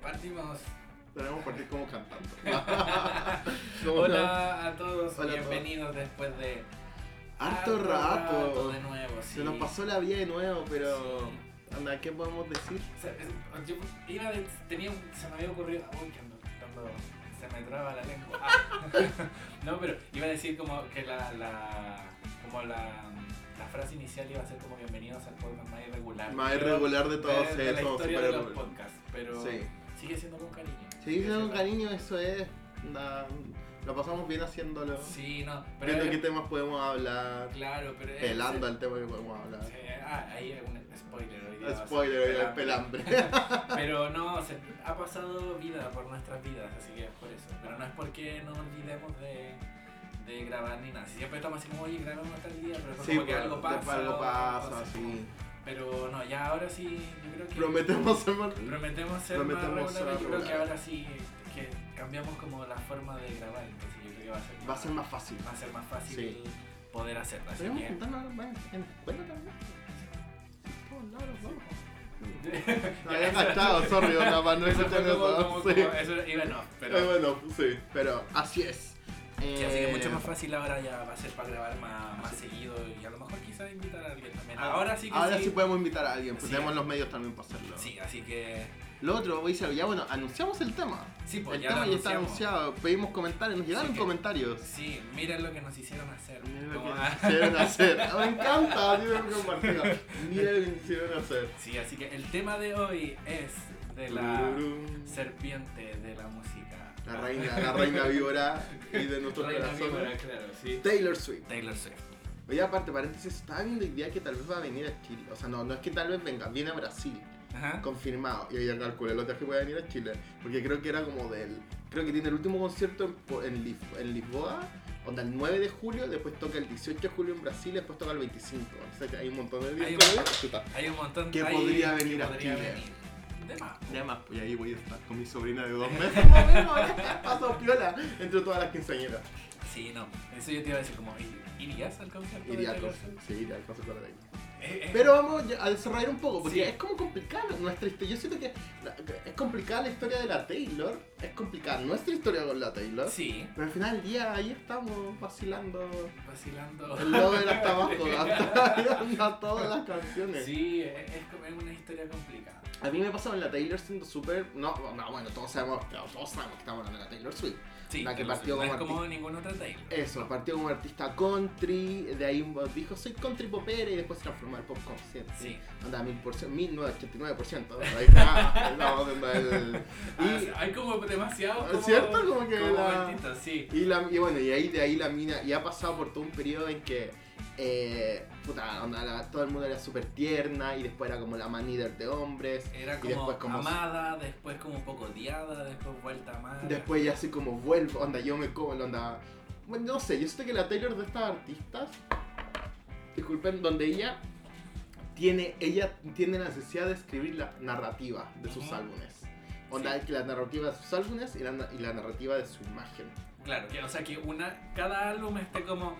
Partimos. Tenemos que partir como cantando. Como Hola a todos, Ah, Hola a bienvenidos después de. Harto rato. de nuevo, sí. Se nos pasó la vida de nuevo, pero. Sí. Anda, ¿qué podemos decir? O sea, es- yo iba de- tenía un- se me había ocurrido. ah, Uy, que ando cantando, Se me traba la lengua. Ah. no, pero iba a decir como que la. la como la, la frase inicial iba a ser como bienvenidos al podcast más irregular. Más Pero- irregular de todos, de, sí, de la somos historia súper de los irregular. podcasts. Pero Sí. sigue siendo con cariño. Si dicen con cariño, eso es. Anda, lo pasamos bien haciéndolo. Sí, no. Viendo qué Pero, temas podemos hablar. claro, pero. Pelando al tema que podemos hablar. Sí, ah, ahí es un spoiler hoy día va a ser Spoiler, hoy el pelando. pelambre. Pero no, se- ha pasado vida por nuestras vidas, así que es por eso. Pero no es porque no olvidemos de, de grabar ni nada. Si siempre estamos así como, oye, grabamos tal día, pero es Sí, como que pues, algo después pasa. algo o pasa, cosas. sí. Pero no, ya ahora sí, yo creo que. Prometemos ser más- Prometemos ser Prometemos más regulares. ser Yo creo que regulares. ahora sí, que cambiamos como la forma de grabar. Entonces yo creo que va a ser más, Va a ser más fácil. va a ser más fácil Sí. poder hacerlo. Así Podemos que. juntarnos ahora más en escuela también. Todos lados, vamos. No Ya, había eso- cachado, sorry, onda, para no Eso decirte fue como, eso. como- Sí. como- eso iba no, pero. Eh, bueno, sí, pero así es. Sí, así que Eh, mucho más fácil ahora ya va a ser para grabar más, más seguido y a lo mejor quizás invitar a alguien también. Ahora sí que Ah, Ahora sí. sí podemos invitar a alguien, pues Sí. tenemos los medios también para hacerlo. Sí, así que. Lo otro, voy a decir, ya bueno, anunciamos el tema. Sí, pues el ya tema lo ya está anunciamos. anunciado, pedimos comentarios, nos llegaron que- comentarios. Sí, miren lo que nos hicieron hacer. Mira lo Como- que ah, hicieron hacer. Me encanta, tío, el compartido. Mira lo que hicieron hacer. Sí, así que el tema de hoy es de la Tururum. serpiente de la música. La reina, la reina víbora y de nuestros Reina víbora, corazones. claro, sí. Taylor Swift. Taylor Swift. Oye, aparte, paréntesis, estaba viendo el día que tal vez va a venir a Chile. O sea, no, no es que tal vez venga, viene a Brasil. Ajá. Confirmado. Y ya calculé los días que voy a venir a Chile. Porque creo que era como del. Creo que tiene el último concierto en, Po- en, Lis- en Lisboa. Onda el 9 de julio, después toca el 18 de julio en Brasil, después toca el 25. O sea que hay un montón de días. Hay un todavía. montón. Chuta. Hay un montón Que hay- podría venir a podría Chile. venir. De más. Y además, pues ahí voy a estar con mi sobrina de dos meses. más o menos, ya Paso piola entre todas las quinceañeras. Sí, no. Eso yo te iba a decir como, ¿ir- ¿irías al concierto? de Iría al Taylor concierto, Swift? sí, iría al concierto de ella. Eh, eh, Pero vamos ya a desarrollar un poco, porque Sí. es como complicada nuestra historia. Yo siento que la- es complicada la historia de la Taylor, es complicada nuestra historia con la Taylor. Sí, Pero al final del día ahí estamos vacilando. vacilando. El lover hasta abajo, hasta, hasta todas las canciones. Sí, es, es como- es una historia complicada. A mí me pasa con la Taylor siendo súper. No, no, bueno, todos sabemos, todos sabemos que estamos hablando de la Taylor Swift. Sí, La que Taylor partió Eh, Swift, como No es como ningún otro Taylor. Eso, partió como artista country, de ahí dijo soy country popera y después se transformó al pop consciente. Sí. Anda, mil por ciento, 1989%. Ahí está, estamos haciendo el. Ah, Y, hay como demasiado. Como, ¿Cierto? Como que Ah, como la- momentos, sí. y, la- y bueno, y ahí de ahí la mina, y ha pasado por todo un periodo en que. eh, puta, onda, la- todo el mundo era súper tierna y después era como la man líder de hombres. Era como, después como- amada, después como un poco odiada, después vuelta a amar. Después ya así como vuelvo, onda, yo me como, la onda. Bueno, no sé, yo siento que la Taylor de estas artistas, disculpen, donde ella tiene, ella tiene la necesidad de escribir la narrativa de sus Ujú. álbumes. Onda, Sí. que la narrativa de sus álbumes y la, na- y la narrativa de su imagen. Claro, que, o sea que una, cada álbum esté como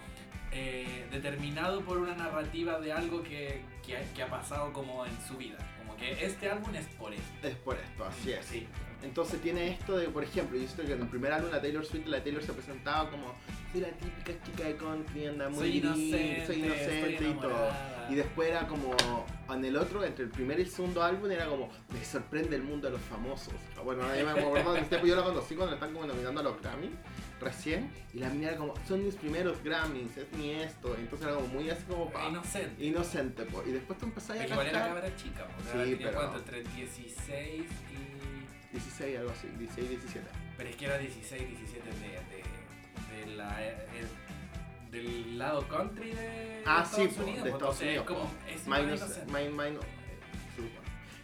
eh, determinado por una narrativa de algo que, que, ha- que ha pasado como en su vida. Como que este álbum es por esto. Es por esto, así es. Sí. Entonces tiene esto de, por ejemplo, yo siento que en el primer álbum la Taylor Swift, la Taylor se presentaba como, soy la típica chica de country, anda muy Soy green, inocente, soy inocente y todo. Y después era como, en el otro, entre el primer y el segundo álbum, era como, me sorprende el mundo de los famosos. Bueno, a mí me acuerdo, en este tiempo yo la conocí cuando la están como nominando a los Grammy, recién, y la mina era como, son mis primeros Grammys, es mi esto. Entonces era como muy así como, pa, Inocente. inocente, po. Y después tú empezás a Pero igual era cachar, cabra chica, ¿no? Sí, tenía pero- cuánto, entre 16 y... 16, algo así, 16, 17. Pero es que era 16, 17 de, de, de la, eh, eh, del lado country de Ah, sí, Estados po, Unidos. de po, entonces es Estados Unidos, po. como... Es igual Minus, inocente. mine, mine,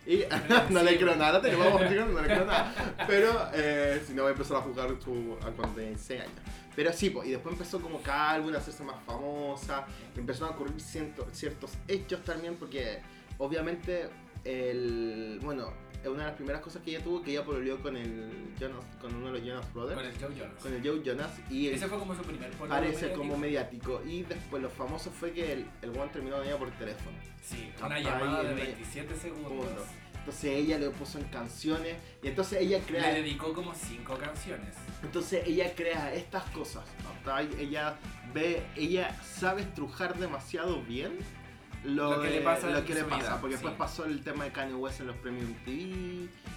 y no le creo nada, te lo vamos a decir, no le creo nada. Pero eh, si no, va a empezar a jugar tu, a cuando tenía 16 años. Pero sí, po, y después empezó como cada álbum a hacerse más famosa, y empezaron a ocurrir ciento- ciertos hechos también, porque obviamente, el, bueno, una de las primeras cosas que ella tuvo, que ella pololeó con, el Jonas, con uno de los Jonas Con Brothers, el Joe Jonas. con el Joe Jonas, y el- Ese fue como su primer polvo parece como mediático. Y después lo famoso fue que el, el one terminó con ella por teléfono. Sí, Hasta una ahí llamada de en la- 27 segundos. Punto. Entonces ella lo puso en canciones y entonces ella Le crea, dedicó como cinco canciones. entonces ella crea estas cosas. ¿cachai? Ella ve, ella sabe estrujar demasiado bien lo, Lo que le de- pasa lo en que le su pasa, vida, porque después sí. pasó el tema de Kanye West en los premios MTV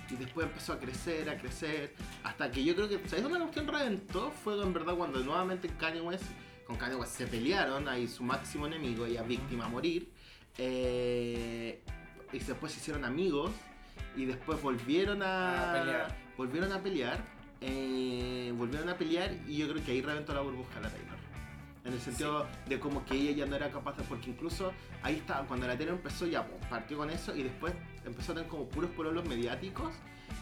y después empezó a crecer, a crecer, hasta que yo creo que, ¿sabes dónde la cuestión reventó? Fue en verdad cuando nuevamente Kanye West con Kanye West se pelearon, ahí su máximo enemigo, ella víctima a morir. eh, y después se hicieron amigos y después volvieron a, A pelear. Volvieron a pelear. eh, volvieron a pelear y yo creo que ahí reventó la burbuja la Taylor. En el sentido de como que ella ya no era capaz de, porque incluso ahí estaba, cuando la Taylor empezó ya pues, partió con eso y después empezó a tener como puros pololos mediáticos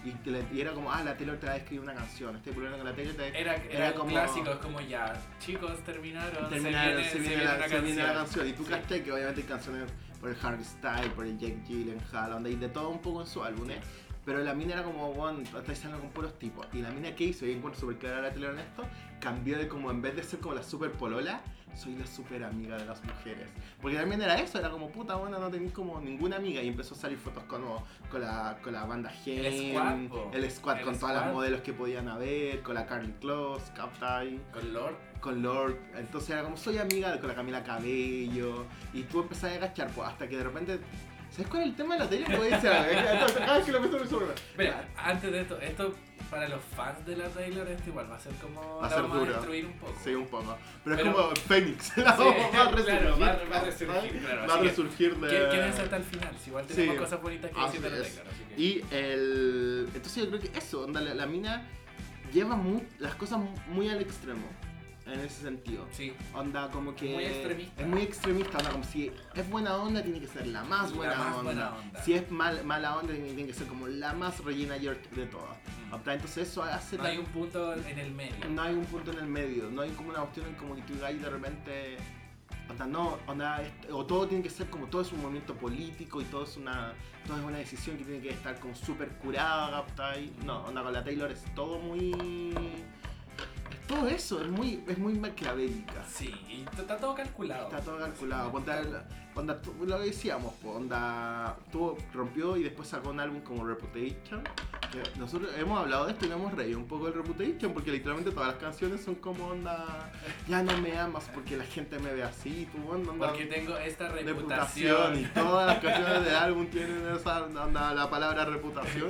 y, que le- y era como, ah, la Taylor te va a escribir una canción, este pololo con la Taylor te va a Era, era, Era como- como... clásico, es como ya, chicos, terminaron, terminar, se viene, se viene la, una se viene canción. la canción. Y tú Sí. caché que obviamente hay canciones por el Harry Styles, por el Jake Gyllenhaal, onda, y de todo un poco en su álbum, ¿eh? Pero la mina era como, bueno, está saliendo con puros tipos. Y la mina que hizo, y encuentro súper clara la tele honesto, cambió de como, en vez de ser como la super polola, soy la super amiga de las mujeres. Porque también era eso, era como, puta, bueno, no tenés como ninguna amiga. Y empezó a salir fotos con, con, la, con la banda Gen, squad, po. el squad El con todas las squad. modelos que podían haber, con la Carly Close, Captain Con Lord, con Lord, entonces era como soy amiga con la Camila Cabello, y tú empezás a agachar, pues, hasta que de repente, ¿sabes cuál es el tema de la tele? Pues, dice, cada vez que lo meto me sobre. Mira, antes de esto, esto para los fans de la Taylor, esto igual va a ser como. Va a la ser vamos duro. a destruir un poco. Sí, un poco. Pero, es Pero- como Fénix, la Sí, vamos a resurgir. claro, va a- va a ¿cachai? resurgir, claro, Va a así que- resurgir de... ¿Quién, quién es hasta el final? Si igual tenemos Sí. cosas bonitas que Así decir de la es. Taylor. Así que... Y el... Entonces yo creo que eso, onda, la, la mina lleva mu- las cosas muy al extremo, en ese sentido. Sí, Onda como que... Muy extremista. Es muy extremista, onda como si es buena onda tiene que ser la más, La buena, más onda. buena onda. Si es mal- mala onda tiene tiene que ser como la más rellena York de todas. Mm. ¿Cachai? Entonces eso hace... no hay un punto en el medio. no hay un punto en el medio, no hay como una cuestión en como que tú digas, "Ay, de repente... Onda, no, onda, es- o todo tiene que ser como todo es un movimiento político y todo es una, todo es una decisión que tiene que estar como súper curada, ¿cachai? Mm. No, onda con la Taylor es todo muy... es Todo eso es muy, es muy maquiavélica. Sí, y t- está todo calculado. Está todo calculado. Ponte al- onda, tú- lo que decíamos, po, onda, tuvo, rompió y después sacó un álbum como Reputation. que Nosotros hemos hablado de esto y nos hemos reído un poco del Reputation porque literalmente todas las canciones son como onda, ya no me amas porque la gente me ve así, tú onda, onda, Porque tengo esta reputación y reputación. todas las canciones del álbum tienen esa onda, la palabra reputación.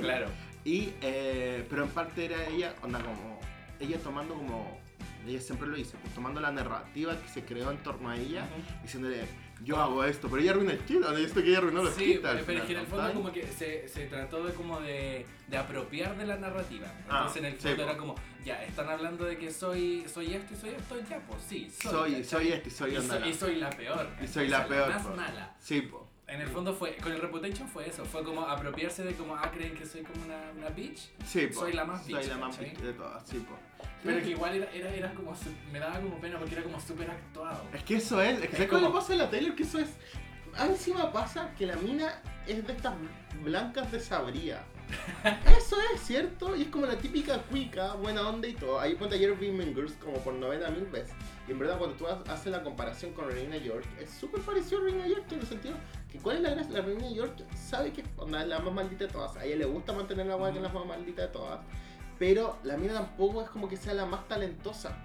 claro. Y, eh, pero en parte era ella, onda como, ella tomando como, ella siempre lo dice, pues, tomando la narrativa que se creó en torno a ella, diciéndole, yo hago esto, pero ella arruina el kit, onda, y esto que ella arruinó los sí, kits al pero, pero es que en final, el fondo ¿cachai? como que se, se trató de como de, de apropiar de la narrativa. Entonces Ah, en el sí, fondo po. era como, ya, están hablando de que soy, soy esto y soy esto, ya, pues sí, soy. Soy, ¿cachai? soy este, y soy y, onda. so- y soy la peor. Y soy la peor, Más po. Mm. mala. Sí, po. En el fondo fue, con el Reputation fue eso, fue como apropiarse de como, ah, creen que soy como una, una bitch. Sí, po. Soy la más Soy la bitch, más ¿cachai? bitch de todas, sí, po. Pero que igual era, era, era como, su- me daba como pena porque era como súper actuado. Es que eso es, es que Es ¿sabes cómo le como- pasa a la Taylor? Que eso es. Ah, encima pasa que la mina es de estas blancas de sabría. Eso es cierto, y es como la típica cuica, buena onda y todo. Ahí ponte ayer vi Mean Girls como por 90 mil veces. Y en verdad, cuando tú ha- haces la comparación con Reina York, es súper parecido a Reina York en el sentido que, ¿cuál es la gracia? La Reina York sabe que es onda, la más maldita de todas. A ella le gusta mantener la guay que es la más maldita de todas. Pero la mina tampoco es como que sea la más talentosa.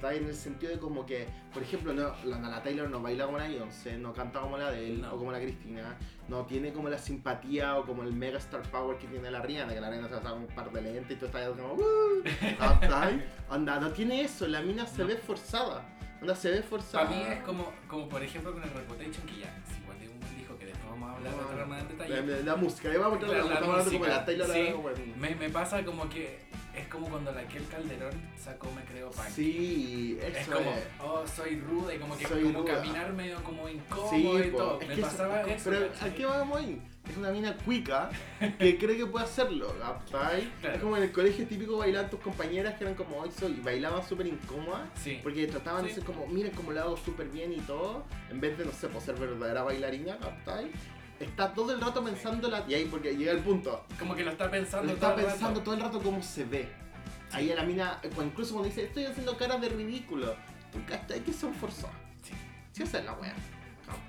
¿Cachai? En el sentido de como que, por ejemplo, no, la, la Taylor no baila como la Beyoncé, no canta como la de él No. o como la Cristina, no tiene como la simpatía o como el mega star power que tiene la Rihanna, que la Rihanna se va a un par de lentes y tú estás como "Uh", ¿cachai? Onda, no tiene eso, la mina se No. ve forzada. Onda, se ve forzada. Para mí es como, como por ejemplo con el Reputation, que ya, si igual de un buen disco que después vamos a hablar de otra más en La, detalle. la- la música, ya vamos a Claro, mostrar la la, música como música, la Taylor sí. la como en- Me, me pasa como que es como cuando Raquel Calderón sacó Me Creo Punk. Sí, eso es como, es. oh, soy ruda y como que Soy como ruda. caminar medio como incómodo Sí, y po, todo. es me que eso- pasaba eso. Pero ¿cachai? ¿a qué vamos ahí? Es una mina cuica que cree que puede hacerlo, ¿cachai? Claro. Es como en el colegio típico bailaban tus compañeras que eran como hoy soy, y bailaban súper incómodas. Sí. Porque trataban de Sí. ser como, miren cómo lo hago súper bien y todo, en vez de, no sé, por ser verdadera bailarina, ¿cachai? Está todo el rato pensándola, y ahí porque llega el punto, Como que lo está pensando le está todo el rato. pensando todo el rato cómo se ve. Ahí a la mina, eh, cuando- incluso cuando dice, estoy haciendo caras de ridículo, tú cachai que son forzadas. Sí. Sí, esa es la wea.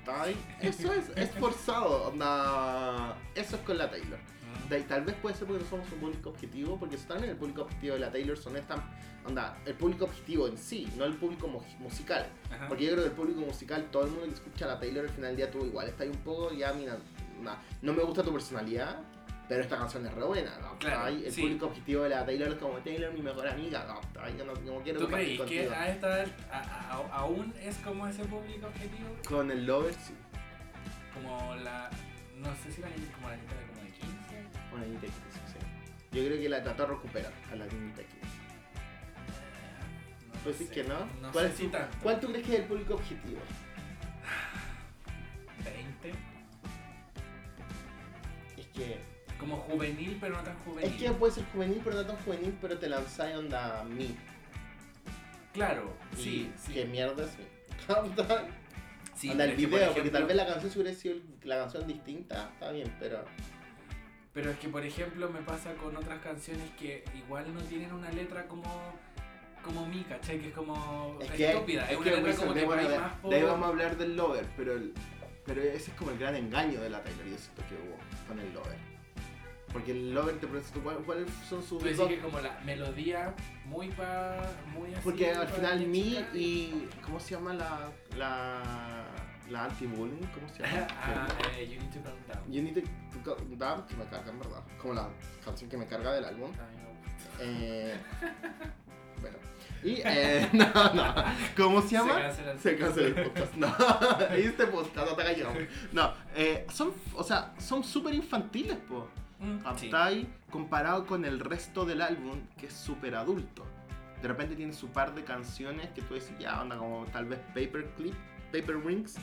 ¿Cachai? Eso es, es forzado. onda, Eso es con la Taylor. Mm. Da- y tal vez puede ser porque no somos un público objetivo, porque si también el público objetivo de la Taylor son estas. Onda, el público objetivo en sí, no el público mu- musical. Ajá. Porque yo creo que el público musical, todo el mundo que escucha a la Taylor al final del día, tú igual está ahí un poco, ya mira, na- no me gusta tu personalidad, pero esta canción es re buena. ¿no? Claro, Ay, el sí. público objetivo de la Taylor es como Taylor, mi mejor amiga. ¿no? Ay, yo no, no quiero ¿Tú compartir crees que contigo. a esta a- a- a- aún es como ese público objetivo? Con el Lover, sí. Como la. No sé si la gente como la gente de como de 15. Una niñita de 15, sí. Yo creo que la trató de recuperar a la niñita de 15. No ¿Tú decís sé. Pues que no? No ¿Cuál sé es si tu- tanto. ¿Cuál tú crees que es el público objetivo? 20. Es que, Como juvenil, pero no tan juvenil. es que puede ser juvenil, pero no tan juvenil, pero te lanzáis onda mí. Claro, sí, Y sí. ¿Qué mierda es mí? Anda, Sí, pero anda el es que, video, por porque tal ejemplo- vez la canción si hubiera sido la canción distinta, está bien, pero Pero es que, por ejemplo, me pasa con otras canciones que igual no tienen una letra como. Como mi, ¿cachai? Que es como. es que estúpida. Es, es una que letra Wilson, como de, que va bueno, de- más por. de ahí vamos a hablar del Lover, pero el- pero ese es como el gran engaño de la Taylor, yo siento que hubo con el Lover. Porque el Lover te presenta cuál- cuáles son sus Tú decís dos que es como la melodía muy pa. Muy así. Porque al pa- final Mi chica y. ¿Cómo se llama la. la. la anti-bullying? ¿Cómo se llama? Ah, eh, You Need to Calm Down. You need to go down, que me carga en verdad. Como la canción que me carga del álbum. Ay, no. Eh, bueno. Y. Eh, no, no. ¿Cómo se llama? cancela el- Se cancela el podcast. No, este podcast ataca yo. No, eh, son, o sea, son súper infantiles, po. Mm, sí. Aptai comparado con el resto del álbum, que es súper adulto. De repente tiene su par de canciones que tú decís, ya, onda, como tal vez Paperclip, Paper Rings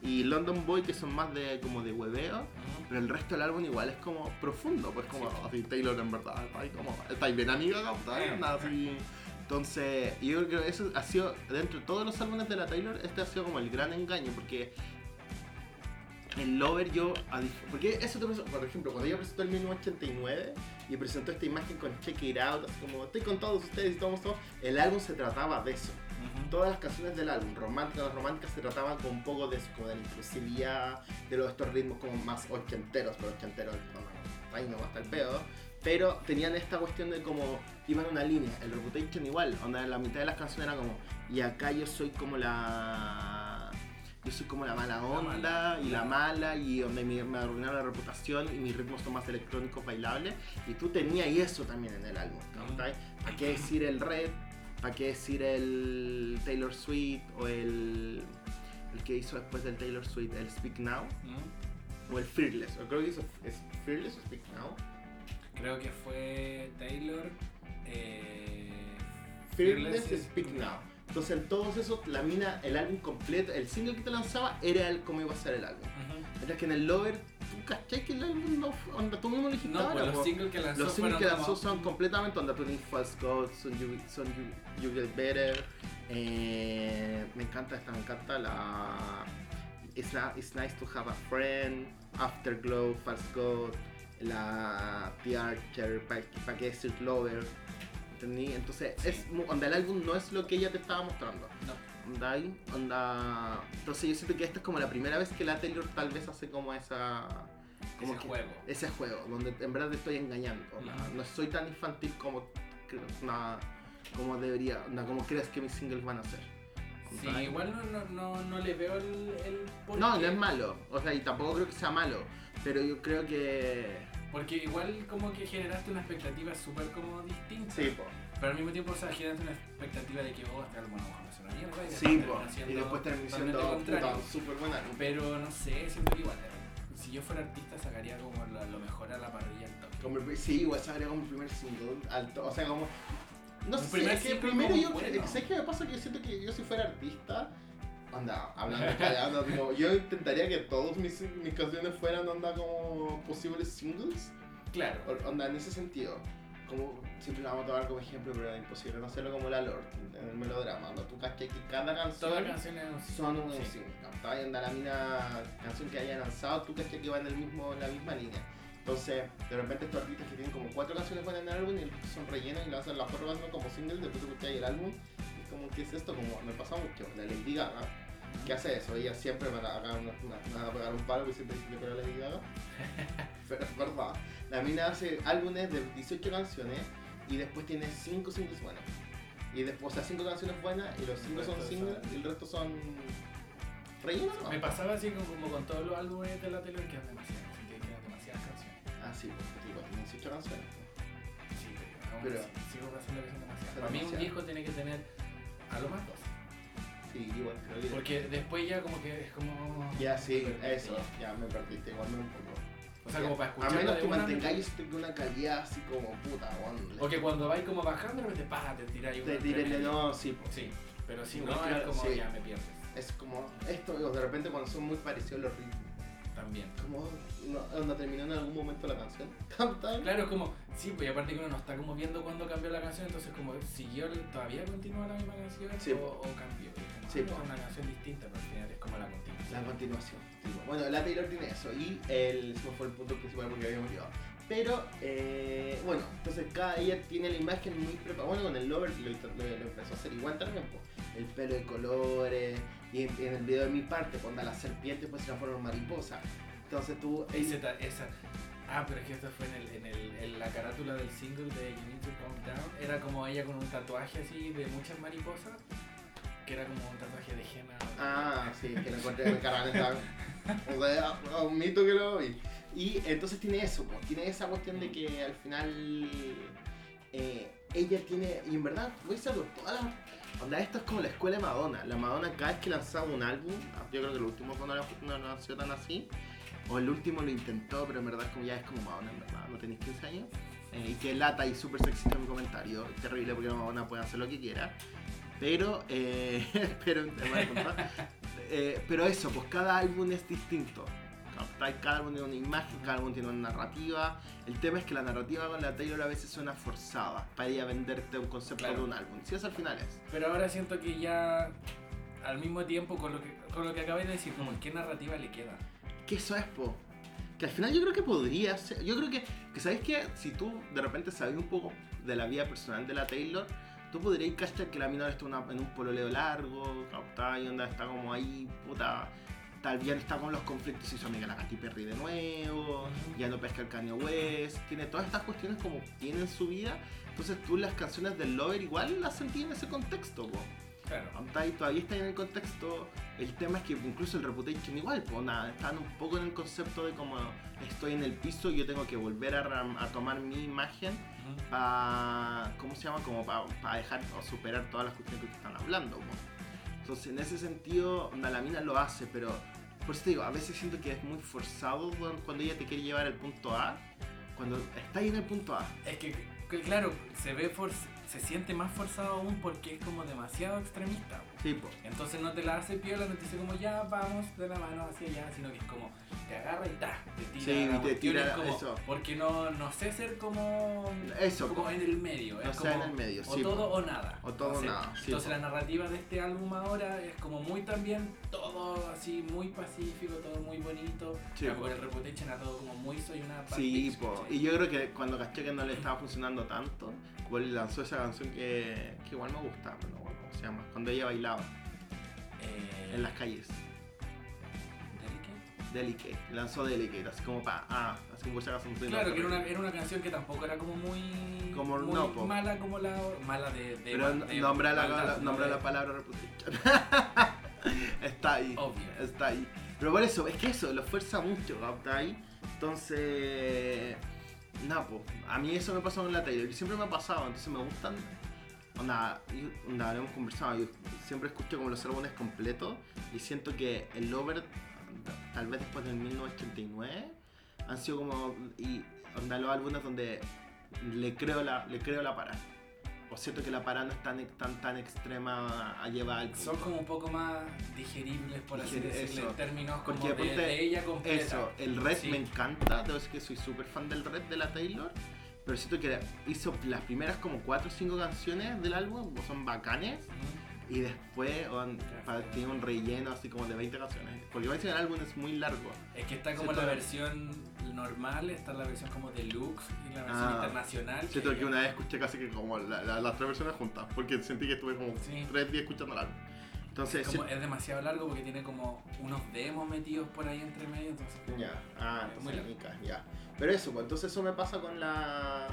y London Boy, que son más de como de hueveo. Mm. Pero el resto del álbum igual es como profundo, pues como Sí. así Taylor en verdad, está ahí como, está ahí bien amiga, está ahí, Eh. nada, así. Entonces, yo creo que eso ha sido, dentro de todos los álbumes de la Taylor, este ha sido como el gran engaño, porque el Lover yo, a dif- porque eso te pasó, por ejemplo, cuando ella presentó el 1989 y presentó esta imagen con Check It Out, así como estoy con todos ustedes y todos, todos, el álbum se trataba de eso Ujú. todas las canciones del álbum, románticas, las románticas, se trataban con un poco de, eso, como de la inclusividad, de los, estos ritmos como más ochenteros, pero ochenteros, no, ahí no va hasta el pedo. Pero tenían esta cuestión de como iban una línea, el Reputation igual, onda la mitad de las canciones era como, y acá yo soy como la. Yo soy como la mala onda mala. y la mala, y donde me, me arruinaron la reputación y mis ritmos son más electrónicos bailables. Y tú tenías eso también en el álbum, ¿cachai? ¿Para qué decir el Red? ¿Para qué decir el Taylor Swift o el, el que hizo después del Taylor Swift, el Speak Now Mm. o el Fearless? O creo que hizo es Fearless o Speak Now. Creo que fue Taylor. eh, Fearless y is- Speak Now. Entonces en todos esos, la mina, el álbum completo, el single que te lanzaba era el cómo iba a ser el álbum. Ujú. Mientras que en el Lover, tú cachai que el álbum no fue, onda, tú mismo lo dijiste "Ah, No, ahora, pues los po. singles que lanzó. Los singles fueron que lanzó como- son completamente onda Putting False Gods, Son You, son you, You Get Better. eh, me encanta esta, me encanta la. It's, na- it's Nice to Have a Friend, Afterglow, False Gods, la The Archer, Pa- Pa' qué decir Lover. ¿Entendí? Entonces, es, mu- onda, el álbum no es lo que ella te estaba mostrando. No. Onda, ahí, onda. Entonces, yo siento que esta es como la primera vez que la Taylor tal vez hace como esa. Como ese que- juego. ese juego, donde en verdad te estoy engañando. Ujú. na- No, soy tan infantil como, creo- na- como debería, na- como crees que mis singles van a ser. Sí, ¿Cachai? igual no, no, no, no le veo el, el porqué. No, no es malo, o sea, y tampoco creo que sea malo, pero yo creo que... Porque igual como que generaste una expectativa súper como distinta. Sí, po. Pero al mismo tiempo, o sea, generaste una expectativa de que, oh, este álbum no va a ser una mierda. y Sí, después po. termina siendo Y después terminé totalmente siendo contrario. puta, súper buena. Pero no sé, siempre igual. eh, Si yo fuera artista, sacaría como lo, lo mejor a la parrilla al toque. Como el pri- sí, igual sabría como el primer single alto, o sea, como... No Un sé, primer es que single primero como yo... bueno. ¿Sabes qué me pasa? Que yo siento que yo si fuera artista... Anda, hablando, callando, como, yo intentaría que todas mis, mis canciones fueran, onda, como posibles singles. Claro. O- Onda, en ese sentido, como siempre la vamos a tomar como ejemplo, pero era imposible no hacerlo como la Lord en el melodrama. Onda, tú cachai que cada Todas canción las canciones son- eh, son un Sí. single. ¿cachai? Onda, la mina canción que haya lanzado, tú cachai que va en, el mismo, en la misma línea. Entonces, de repente estos artistas que tienen como cuatro canciones buenas en el álbum y son rellenas y lanzan la forma como single, después escucháis el álbum. Y es como, ¿qué es esto? Como me pasa mucho. La Lady Gaga que hace eso. Ella siempre me la agarra una, una- me va a pegar un palo que siempre dice que era Lady Gaga. Pero es verdad. La mina hace álbumes de 18 canciones y después tiene 5 singles buenas. Y después, o sea, 5 canciones buenas y los 5 El son resto singles son- y el resto son. relleno. ¿no? Me pasaba así como, como con todos los álbumes de la tele que eran demasiadas, sentía que eran demasiadas canciones. Ah, sí, porque igual tiene 18 canciones. Sí, pero, aún Pero- así, sigo pensando que son demasiadas. Son Para mí un demasiadas. disco tiene que tener a lo más dos. Sí, igual creo que. Porque después ya como que es como... Ya, sí, eso. Ya me perdiste, igual me un poco. O sea, como para A escucharla menos de que una- mantengáis de una calidad así como puta, weón. O que cuando vais como bajando, de repente, pa, te tiráis una Te diré tremenda. no, sí, po. Sí, pero si Sí, no, claro, es como sí. ya me pierdes. Es como esto, digo, de repente cuando son muy parecidos los ritmos. También. Como no, cuando terminó en algún momento la canción. Canta. Claro, es como, sí, pues y aparte que uno no está como viendo cuándo cambió la canción, entonces como siguió, todavía continúa la misma canción Sí, o, o cambió. Y es como, Sí, ah, po. es una canción distinta, pero al final es como la La continuación. continuación. tipo. Bueno, la Taylor tiene eso y el, ese fue el punto principal porque habíamos llegado. Pero, eh, bueno, entonces cada ella tiene la imagen muy preparada. Bueno, con el Lover lo, lo- lo empezó a hacer igual también, po. el pelo de colores. Y en, en el video de mi parte, cuando la serpiente pues, se transforma en mariposa. Entonces tú. Ese ta- esa, ah, pero es que esto fue en, el, en, el, en la carátula del single de You Need to Calm Down. Era como ella con un tatuaje así de muchas mariposas, que era como un tatuaje de henna. Ah, sí, que lo encontré en el carnaval estaba. O sea, a- a un mito que lo vi. Y entonces tiene eso, pues, tiene esa cuestión de que al final eh, ella tiene, y en verdad, voy a hacerlo todas las. Onda, esto es como la escuela de Madonna. La Madonna cada vez que lanzaba un álbum, ah, yo creo que el último fue no, no lanzó tan así, o el último lo intentó, pero en verdad como ya es como Madonna, en verdad, no tenéis 15 años. Eh, y que lata y súper sexista mi comentario, terrible porque Madonna puede hacer lo que quiera. Pero, eh, pero, en tema de culpa, eh, pero eso, pues cada álbum es distinto. ¿captai? Cada álbum tiene una imagen, cada álbum tiene una narrativa. El tema es que la narrativa con la Taylor a veces suena forzada para ir a venderte un concepto Claro. de un álbum. Si es al final es. Pero ahora siento que ya al mismo tiempo con lo que, con lo que acabáis de decir, Mm. como qué narrativa le queda. que eso es, po. Que al final yo creo que podría ser. Yo creo que, que ¿sabes que Si tú de repente sabes un poco de la vida personal de la Taylor, tú podrías cachar que la mina está una- en un pololeo largo, capta, y onda está como ahí, puta. Tal vez ya no está con los conflictos y su amiga la Katy Perry de nuevo, Ujú. ya no pesca el Kanye West, tiene todas estas cuestiones como tiene en su vida. Entonces tú las canciones del Lover igual las sentí en ese contexto, po. Claro. Onda, y todavía está en el contexto. El tema es que incluso el Reputation igual, pues nada, están un poco en el concepto de como estoy en el piso y yo tengo que volver a, ram- a tomar mi imagen Ujú. para, ¿cómo se llama? Como para dejar o superar todas las cuestiones que te están hablando. po. Entonces, en ese sentido, onda, la mina lo hace, pero por eso te digo, a veces siento que es muy forzado weón, cuando ella te quiere llevar al punto A, cuando está ahí en el punto A. Es que, que claro, se ve forz- se siente más forzado aún porque es como demasiado extremista. po. Sí, po. Entonces no te la hace piola, no te dice como ya vamos de la mano hacia allá, sino que es como te agarra y ta, te tira. Sí, y la te cuestión, tira es como, eso. Porque no, no sé ser como, Eso, po. como en el medio. No es sea en como el medio, O sí, po. todo o nada. O todo o Entonces- nada, sí, entonces po. la narrativa de este álbum ahora es como muy también todo así, muy pacífico, todo muy bonito. Sí, Ya, po. con el Reputation a todo como muy soy una bad Sí, bitch, po. ¿cachai? y yo creo que cuando caché que no le estaba funcionando tanto, igual lanzó esa canción que, que igual me gusta, pero no me acuerdo cómo se llama, cuando ella bailaba Eh, en las calles, ¿Delicate? Delicate, lanzó Delicate, así como pa, ah, así como esa canción. de Claro, la- que era una, era una canción que tampoco era como muy, Como muy no, po. mala como la mala de, de Pero de- de- nombra, la, maldad, la- sino nombra de- la palabra reputation. está ahí, Obvio. está ahí. Pero por eso, es que eso, lo fuerza mucho, está ahí. Entonces, nada, po, a mí eso me pasó con la Taylor, y siempre me ha pasado, entonces me gustan. Onda, y- onda, lo hemos conversado, yo siempre escucho como los álbumes completos y siento que el Lover, tal vez después del 1989, han sido como y, onda, los álbumes donde le creo la, le creo la parada. O siento que la parada no es tan, tan, tan extrema a llevar al son como un poco más digeribles por así Digerir- decirlo eso. en términos como Porque de, aparte- de ella completa. Eso, el red Sí. me encanta, debo decir que soy súper fan del red de la Taylor, pero siento que hizo las primeras como 4 o 5 canciones del álbum, como son bacanes, Ujú. y después on- pa- tiene un relleno así como de 20 canciones, porque parece que el álbum es muy largo. Es que está como Siento- la versión normal, está la versión como deluxe y la versión Ah. internacional. Siento que una vez escuché casi que como la- la- las tres versiones juntas, porque sentí que estuve como Sí. 3 días escuchando el álbum. Entonces, Como es demasiado largo porque tiene como unos demos metidos por ahí entre medio, entonces Ya, como- ah, Es muy entonces largo. Nica, ya. Pero eso, pues entonces eso me pasa con la.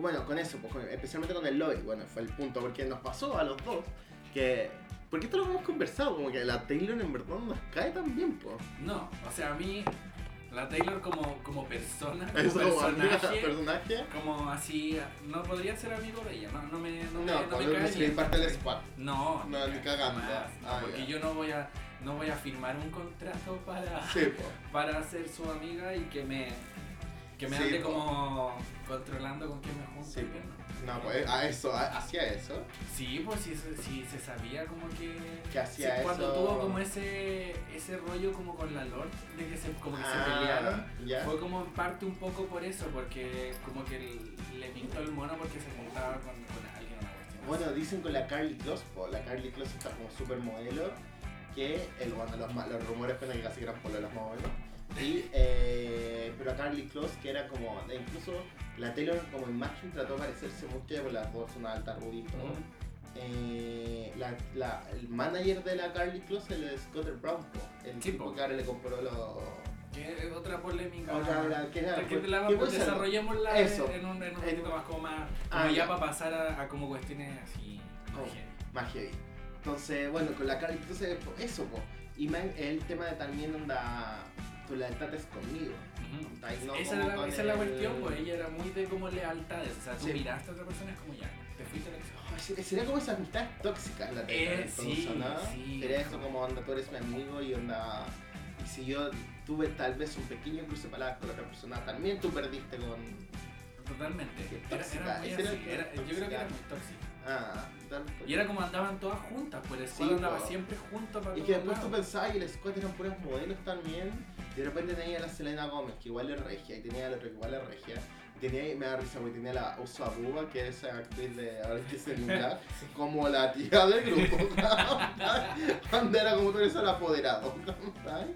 Bueno, con eso, pues, con- especialmente con el lobby, bueno, fue el punto, porque nos pasó a los dos que. Porque esto lo hemos conversado, como que la Taylor en verdad no nos cae tan bien, pues. No, o sea, a mí la Taylor como, como persona, como Eso como personaje, personaje. como así, no podría ser amigo de ella, no, no me no, No, me- no cuando me cae no se le bien. imparte el squad. No, No, ni cagando. jamás, no, Ah, porque ya. yo no voy a no voy a firmar un contrato para Sí, pues. para ser su amiga y que me que me Sí, ande po. como controlando con quién me junto. Sí, y po. quién no. No, pues a eso, a- hacia eso. Sí, pues sí, se- sí, se sabía como que... Que hacía sí, Cuando eso. tuvo como ese, ese rollo como con la Lord, de que se, como que Ah, se pelearon, Ya. fue como en parte un poco por eso, porque como que el- le pintó el mono porque se juntaba con, con alguien una cuestión. Bueno, dicen con la Carly Close, po, la Carly Close está como supermodelo, que el, bueno, los, ma- los rumores con el que casi eran pololas más o menos. Y, eh, pero a Carly Close, que era como, e incluso la Taylor como imagen trató de parecerse mucho, ya por las dos son alta rubia y todo. Ujú. Eh, la, la- el manager de la Carly Close, el Scott Brown, po, el Sí, tipo po. que ahora le compró los... Que es otra polémica. Otra- la- que era- Que te la ¿qué pues, puede ser? desarrollémosla Eso. en un, en un En- poquito más como más, Ah, como ya ya. para pasar a, a como cuestiones así. Oh. no sé. más heavy. Entonces, bueno, con la cara, entonces po, eso, po. Y man, el tema de también onda, tu lealtad es conmigo. Ujú. Está ahí, ¿no? Esa Como es la, con esa es la el- cuestión, pues ella era muy de como lealtades. O sea, tú Sí. miraste a otra persona, es como ya, te fuiste a la acción. Ay, se- Sería como esas amistades tóxicas la Eh, Taylor, entonces, sí, ¿no? sí. Sería eso como onda, tú eres mi amigo y onda. Y si yo tuve tal vez un pequeño cruce de palabras con otra persona, también tú perdiste con. Totalmente. Qué Era, tóxica, era muy esa era así, la era- yo creo que era toxicidad. muy tóxica. Ah, tal. Y era como andaban todas juntas, pues el Sí, squad andaba po. siempre junto para Y todos que después tú lados. pensabas y el Scott eran puros modelos también. Y de repente tenía a la Selena Gómez, que igual es regia, y tenía a la otra que igual es regia. Y tenía, y me da risa porque tenía a la Uso Abuba, que es esa actriz de ahora que se nombra, como la tía del grupo. ¿cachai? Cuando era como tú eres el apoderado. ¿cachai?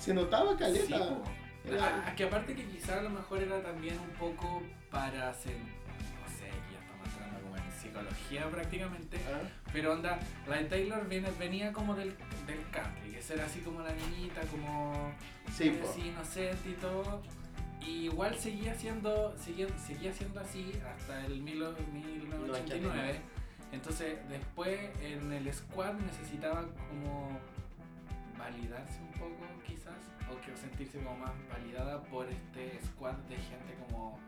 Se notaba caleta. Sí, po. Era- Ah, que aparte que quizá a lo mejor era también un poco para hacer, no sé, aquí ya estamos entrando como en psicología prácticamente, Ah, pero onda, la de Taylor viene- venía como del, del country, que era así como la niñita, como Sí, eh, po. así inocente y todo. Y igual seguía siendo, seguía, seguía siendo así hasta el milo- 1989. Entonces después en el squad necesitaba como validarse un poco quizás o que sentirse como más validada por este squad de gente como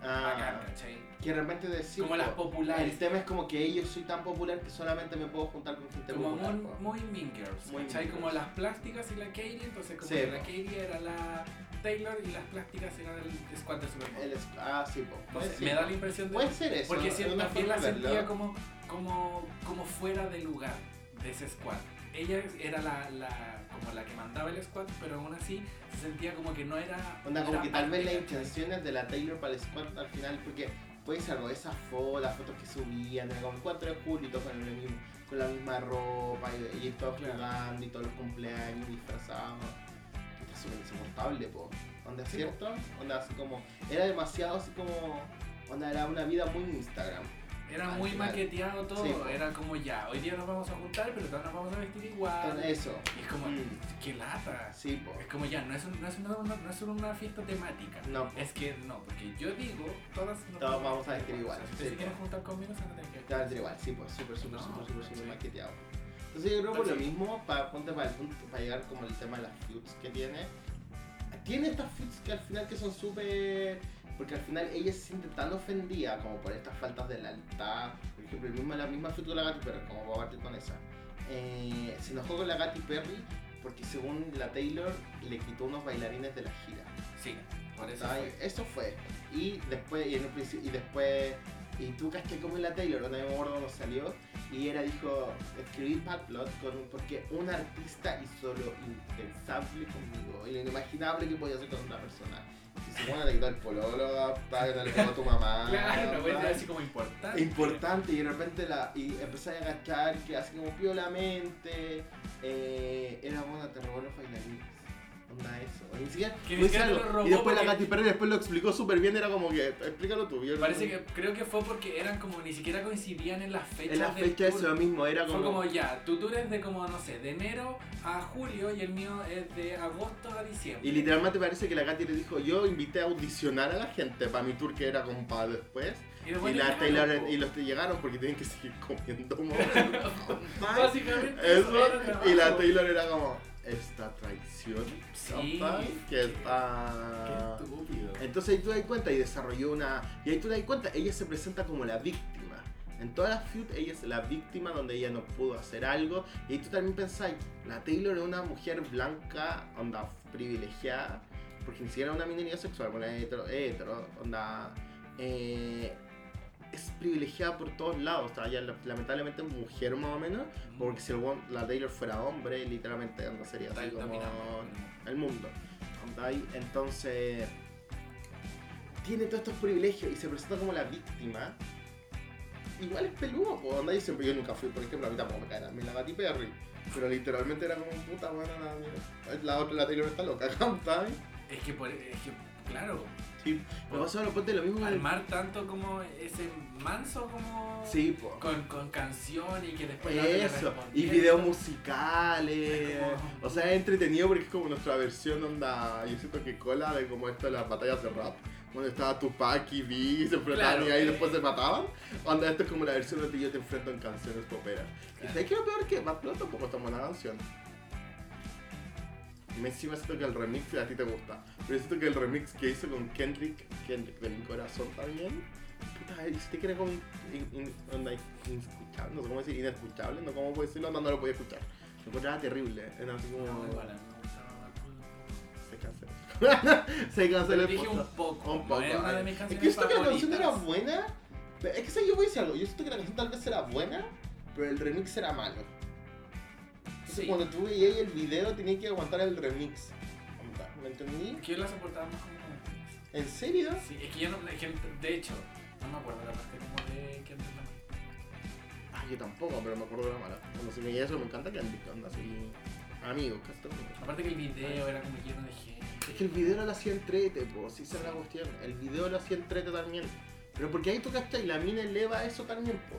bacán, Ah, ¿cachai? que de repente decir. como las po, populares, El tema es como que yo soy tan popular que solamente me puedo juntar con gente como popular. muy, po. muy mean girls, Muy ¿cachai? mean como girls. las plásticas y la Katie, entonces como Sí, que la po. Katie era la Taylor y las plásticas eran el squad de Superman. El Sc- ah, sí, po. No sé, Sí, me da po. la impresión de Puede ser eso. porque si es una también forma la de verlo. sentía como, como, como fuera de lugar de ese squad. Ella era la, la- como la que mandaba el squad, pero aún así se sentía como que no era. Onda, como era que tal parte, vez las ¿cachai? intenciones de la Taylor para el squad al final, porque puede ser algo, esas fotos, las fotos que subían, era como el 4 de julio y todos con, el mismo- con la misma ropa y, y todos Claro. jugando y todos los cumpleaños disfrazados. Está súper insoportable, po. Onda, Sí, po. ¿cierto? Onda, así como, era demasiado así como, onda, era una vida muy Instagram. Era al muy final. maqueteado todo. Sí, po. era como ya, hoy día nos vamos a juntar, pero todos nos vamos a vestir igual. Entonces, eso, Y es como, Mm. qué lata. sí, po. Es como ya, no es, un- no, es una, una- no es solo una fiesta temática. No, po. Es que no, porque yo digo, todas nos Todos vamos a vestir igual, O sea, si sí, te po. quieres juntar conmigo, se van a tener que Te va a dar igual, sí, pues súper, súper, No, súper, súper, súper sí. maqueteado. Entonces yo creo por lo Entonces- mismo, para, ponte para el punto, para llegar como el tema de las feuds que tiene. Tiene estas feuds que al final que son súper... Porque al final ella se siente tan ofendida como por estas faltas de lealtad. Por ejemplo, el mismo, la misma feud con la Gatti Perry, como voy a partir con esa. Eh, se enojó con la Gatti Perry porque según la Taylor le quitó unos bailarines de la gira. Sí, por eso. ¿Sabes? Eso fue. Y después, y, en un principio- y después, y tú caché como en la Taylor, una vez me acuerdo cuando salió, y era, dijo, escribí Bad Blood con, porque un artista hizo lo impensable conmigo, y lo inimaginable que podía hacer con otra persona. Y se pone a quitar el pololo, padre, tal como tu mamá. Claro, una tal. cuestión así como importante. Importante, y de repente la, y empecé a agachar que así como piolamente, eh, era buena, te robó los bailarines. Onda eso. Ni siquiera. Que no ni hice siquiera te algo. lo robó y después la porque- Katy Perry después lo explicó súper bien, era como que. Explícalo tú. yo no- Parece que creo que fue porque eran como ni siquiera coincidían en las fechas. En la del fecha tour. eso mismo, era Fue como ya, tu tour es de como, no sé, de enero a julio y el mío es de agosto a diciembre. Y literalmente parece que la Katy le dijo, yo invité a audicionar a la gente para mi tour que era con Pablo después. Y después Y, la llegaron, Taylor po. y los te llegaron porque tienen que seguir comiendo mo- Básicamente. Eso. era el Y la trabajo. Taylor era como, esta traición, Sí. capaz, que Qué está... estúpido. Entonces ahí tú te das cuenta y desarrolló una... Y ahí tú te das cuenta, ella se presenta como la víctima. En todas las feud ella es la víctima donde ella no pudo hacer algo. Y ahí tú también pensás, la Taylor es una mujer blanca, onda privilegiada, porque ni siquiera es una minoría sexual, una hetero, hetero onda... eh, es privilegiada por todos lados, o sea, ella lamentablemente es mujer más o menos, porque si el weón- la Taylor fuera hombre, literalmente onda, sería Está así como dominando. el mundo. ¿cachai? Entonces, tiene todos estos privilegios y se presenta como la víctima. Igual es peludo, po, onda, yo siempre, yo nunca fui, por ejemplo, a mí tampoco me cae, me la Katy Perry. Pero literalmente era como puta buena la, la otra, la Taylor está loca, ¿cachai? Es que, por- es que, claro, Sí, pero pasa lo ponte lo mismo con el... armar tanto como ese manso como. Sí, po. Con, con canción y que después la otra pues, le Eso, y respondiera. videos musicales. Es como- O sea, es entretenido porque es como nuestra versión onda. Yo siento que cola de como esto de las batallas de rap. Donde estaba Tupac y B, se enfrentaban Claro. y ahí después se mataban. Onda, esto es como la versión donde yo te enfrento en canciones poperas. Claro. Y sabes que lo peor que más pronto tampoco es tan buena canción. Y me encima siento que el remix a ti te gusta. Pero siento que el remix que hizo con Kendrick, Kendrick de mi corazón también. Puta, este que era como in- in- onda, inescuchable, no sé cómo decir, inescuchable, no cómo puedo decirlo, no, no lo podía escuchar. Lo encontraba terrible, era así como. No, igual, a mí me gusta Bad Bunny. se canceló. se Pero canceló el dije un podcast. poco. Un poco, No es una de ay. mis Es canciones que yo siento que la canción favoritas. era buena. pero Es que ¿sabes? yo voy a decir algo, yo siento que la canción tal vez era buena, pero el remix era malo. Entonces Sí. cuando tú veías el video tenías que aguantar el remix. Onda, ¿Me entendí? Que yo la soportaba más como. ¿En serio? Sí, es que yo no. es que, de hecho, no me acuerdo la parte como de que antes la- Ah, yo tampoco, pero me acuerdo de la mala. Cuando se me llega eso me encanta que Andy anda así. Amigos, casi todo. Aparte que el video era como lleno de gente. Es que el video lo hacía entrete, po, si esa es la cuestión. El video lo hacía entrete también. Pero porque ahí tú y la mina eleva eso también, po.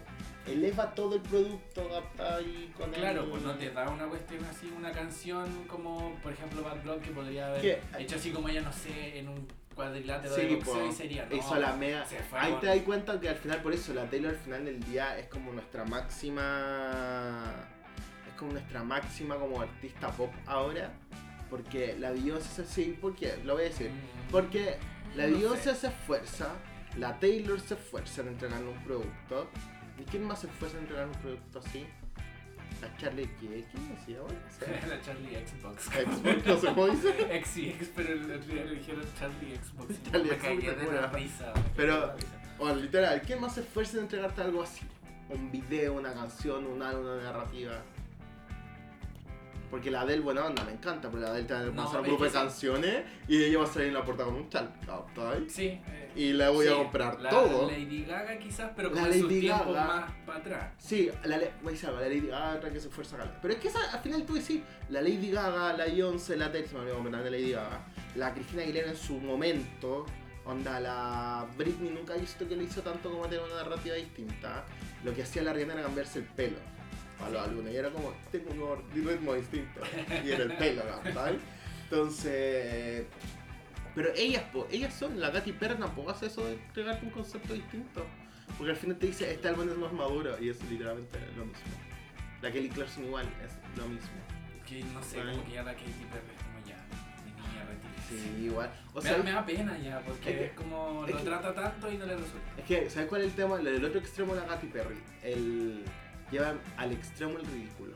Eleva todo el producto, ahí con el- Claro, pues no te da una cuestión así, una canción como, por ejemplo, Bad Blood, que podría haber ¿Qué? hecho así como ella, no sé, en un cuadrilátero Sí, de boxeo po. y sería, no, Hizo la mega. se fue Ahí con- te das cuenta que al final, por eso, la Taylor al final del día es como nuestra máxima. Es como nuestra máxima como artista pop ahora. Porque la Beyoncé es así, porque, lo voy a decir. Mm, Porque la No Beyoncé sé. se esfuerza, la Taylor se esfuerza en entregar un producto. ¿Y quién más se esfuerza en entregar un producto así? La Charlie X, ¿quién decía hoy? la Charlie Xbox. Xbox, no sé cómo dice. Xy X, pero el otro día le dijeron Charlie Xbox. y me Charlie Xbox, cagué te de la juro. risa. me cagué Pero- de la risa. O literal, ¿quién más se esfuerza en entregarte algo así? Un video, una canción, un álbum, una narrativa. Porque la Adele, buena onda, me encanta, pero la Adele te va a No, lanzar un es grupo que de sí. canciones y ella va a salir en la puerta con un chal, ¿cachai? Sí. eh, Y le voy a sí, comprar la todo. Lady Gaga quizás, pero La con su Lady tiempo Gaga. más para atrás. Sí, la ley, la Lady Gaga, que se fuerza acá. Pero es que esa, al final tú decís, la Lady Gaga, la Beyoncé, la Taylor, se me olvidó nombrar de Lady Gaga, la Cristina Aguilera en su momento, onda, la Britney nunca he visto que lo hizo tanto como tener una narrativa distinta. Lo que hacía la Rihanna era cambiarse el pelo a los álbumes, y era como, tengo un nuevo ritmo distinto, y era el pelo, ¿cachai? Entonces... Pero ellas, po, ellas son, la Katy Perry tampoco hace eso de entregarte un concepto distinto. Porque al final te dice, este álbum es más maduro y es literalmente lo mismo. La Kelly Clarkson igual es lo mismo. Que no sé, Ay. como que ya la Katy Perry es como ya, mi niña, retírese. Sí, igual. me, O sea, me da pena ya, porque es es, que- como es lo que- trata tanto y no le resulta. es que, ¿sabes cuál es el tema? El otro extremo de la Katy Perry. El... Llevan al extremo el ridículo.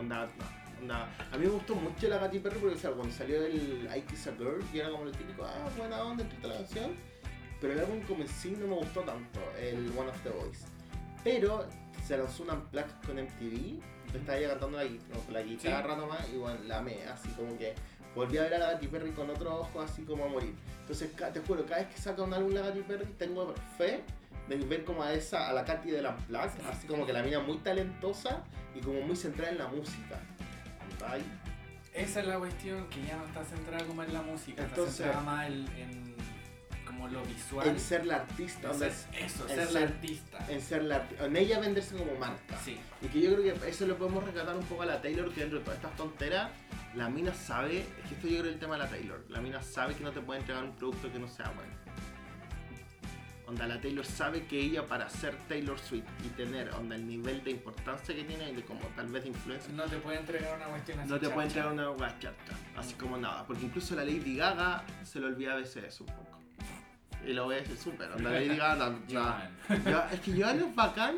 Onda, no, onda. A mí me gustó mucho la Katy Perry porque o sea, cuando salió el I Kiss a Girl, y era como el típico, ah, buena onda, entreta la canción. Pero el álbum como en sí no me gustó tanto, el One of the Boys. Pero se lanzó una Unplugged con MTV Yo estaba ya cantando la, gui- no, la guitarra nomás y bueno, la amé, así como que volví a ver a la Katy Perry con otro ojo así como a morir. Entonces ca- te juro, cada vez que saca un álbum la Katy Perry tengo fe de ver como a esa, a la Katy de la Unplugged, así como que la mina muy talentosa y como muy centrada en la música. ¿cachai? Esa es la cuestión, que ya no está centrada como en la música, Entonces- está centrada más en, en como lo visual. En ser la artista, En onda, ser- eso, en ser la ser- artista. en ser la en ella venderse como marca. Sí, Y que yo creo que eso lo podemos rescatar un poco a la Taylor, que dentro de todas estas tonteras, la mina sabe, es que esto yo creo que es el tema de la Taylor, la mina sabe que no te puede entregar un producto que no sea bueno. Onda, la Taylor sabe que ella para ser Taylor Swift y tener onda, el nivel de importancia que tiene y de como tal vez de influencia, no te puede entregar una cuestión así. no te chacha. puede entregar una hueá chata, así como nada, porque incluso la Lady Gaga se le olvida a veces eso un poco. Y lo voy a decir súper, onda, la Lady Gaga la- la, Ya, ya, es que Joan es bacán,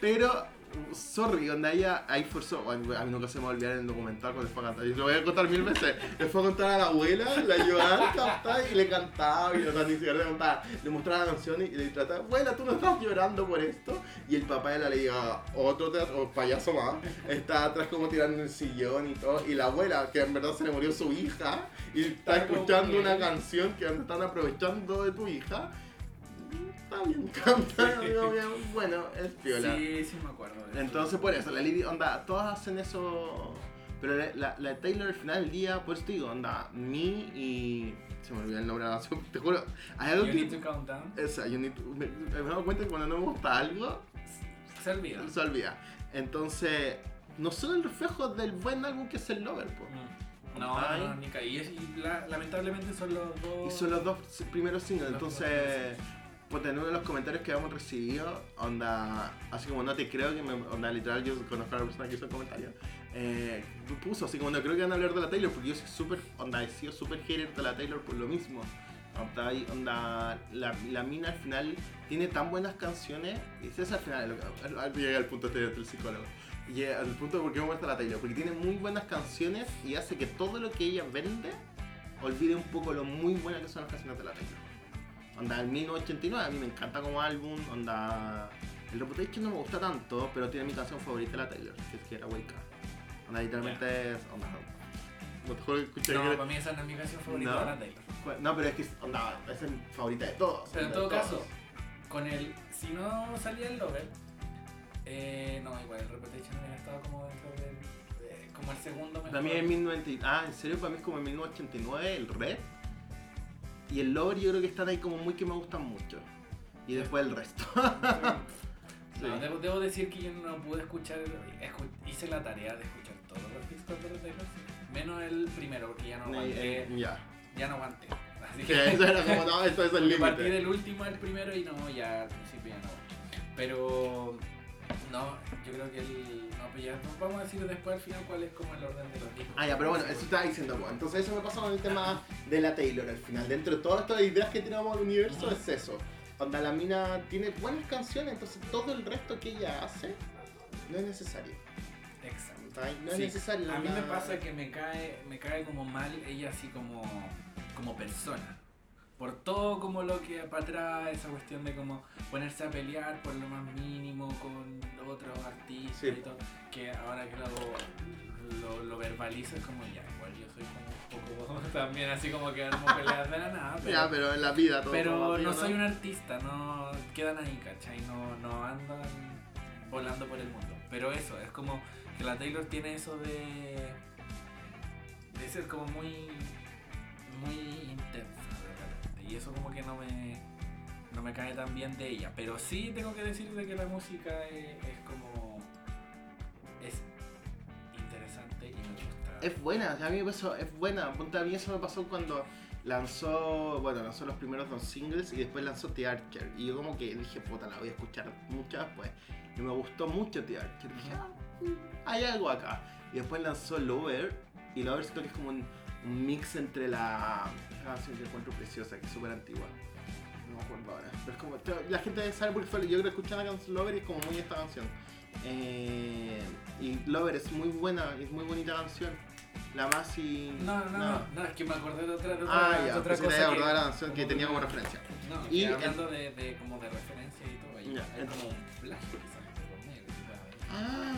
pero. Sorry, onda ella ahí forzó. bueno, A mí nunca se me va a olvidar en el documental cuando fue a cantar. Y lo voy a contar mil veces. Le fue a contar a la abuela, la Joan cantaba y le cantaba y trataba ni siquiera le cantaba. Le mostraba la canción y le trataba, abuela, tú no estás llorando por esto. Y el papá de la le llegaba, otro teatro- o payaso más, está atrás como tirando en el sillón y todo. Y la abuela, que en verdad se le murió su hija, y está Está como escuchando bien. una canción que están aprovechando de tu hija. Está bien, canta, digo, bien, bueno, es piola. Sí, sí me acuerdo de eso. Entonces por eso, la Lady, onda, todas hacen eso, pero la, la- la Taylor al final del día, pues te digo, onda, me y... Se me olvidó el nombre de la canción, te juro. Hay algo You need que... Eh, to count down. Esa, you need to- me, me he dado cuenta que cuando no me gusta algo, Se olvida. se olvida. Entonces, no son el reflejo del buen álbum que es el Lover, po. Mm. No, Ay. no, ni caí. Y es- y la- lamentablemente son los Y dos. son los dos primeros singles, Los dos entonces, pues en uno de los comentarios que habíamos recibido, onda, así como no te creo que me, onda, literal, yo conozco a la persona que hizo el comentario, eh, puso así como no creo que van a hablar de la Taylor, porque yo soy súper, onda, he sido súper hater de la Taylor por lo mismo. Onda, y onda, la, la mina al final tiene tan buenas canciones, y es al final, lo que- al- llega al punto este del psicólogo. Y eh, al punto de por qué me gusta la Taylor, porque tiene muy buenas canciones y hace que todo lo que ella vende olvide un poco lo muy buenas que son las canciones de la Taylor. Onda, el 1989 a mí me encanta como álbum, onda... El Reputation no me gusta tanto, pero tiene mi canción favorita de la Taylor, que es que era Wake Up. Onda, literalmente es... Onda, no te juro que escuché No, que- para mí esa no es mi canción favorita No. de la Taylor. Cu- No, pero es que es- onda, es mi favorita de todos. Pero en de todo todos. caso, con el. Si no salía el Lover, eh, no, igual el Reputation hubiera estado como dentro del. eh, como el segundo mejor. Para mí es 1990. Ah, en serio, para mí es como en 1989 el Red. Y el Lover yo creo que están ahí como muy que me gustan mucho. Y después el resto. Sí. No, debo, debo decir que yo no pude escuchar, escu- hice la tarea de escuchar todos los discos de los Taylor Swift, menos el primero, que ya no Y- aguanté, eh, ya. ya no aguanté. Así Que eso era como, no, esto es el Partí límite. del último al primero y no, ya al principio ya no. Pero no, yo creo que el. No, pues ya vamos a decir después al final cuál es como el orden de los discos. Ah, ya, pero bueno, eso estaba diciendo. pues. Entonces eso me pasa con el tema de la Taylor al final. Dentro de todas estas ideas que tenemos al universo Ajá. es eso. Onda, la mina tiene buenas canciones, entonces todo el resto que ella hace no es necesario. Exacto. ¿cachai? No es Sí. necesario. A mí me onda. pasa que me cae, me cae como mal ella así como, como persona. Por todo como lo que para atrás, esa cuestión de como ponerse a pelear por lo más mínimo con otros artistas Sí. y todo. Que ahora que lo, lo, lo verbalizo es como ya, igual yo soy como un poco también así como que armo peleas de la nada. Pero, Ya, pero en la vida todo pero todo no arriba, soy un artista, no quedan ahí, ¿cachai? No, no andan volando por el mundo. Pero eso, es como que la Taylor tiene eso de. de ser como muy. muy intensa de repente. Y eso como que no me. no me cae tan bien de ella. Pero sí tengo que decir de que la música es, es como. es interesante y me gusta. Es buena, a mí me pasó, es buena. Ponte a mí eso me pasó cuando lanzó, bueno, lanzó los primeros dos singles y después lanzó The Archer. Y yo como que dije, puta, la voy a escuchar mucho después. Y me gustó mucho The Archer. Dije, ah, mm, hay algo acá. Y después lanzó Lover. Y Lover siento que es como un, un mix entre la esa canción que encuentro preciosa, que es súper antigua. No me acuerdo ahora. Pero es como, te- la gente sabe porque fue, yo creo que escuché la canción Lover y es como muy esta canción. Eh, y Lover es muy buena, es muy bonita canción. La más y... No, no, no, no, es que me acordé de otra, de otra, Ah, de ya, otra pensé que te cosa había acordado la canción que como tenía como una- referencia. No, Y y hablando de, de, como de referencia y todo, ahí Ya, hay ent- como un plagio quizás entre los negros, ¿sabes? Ah,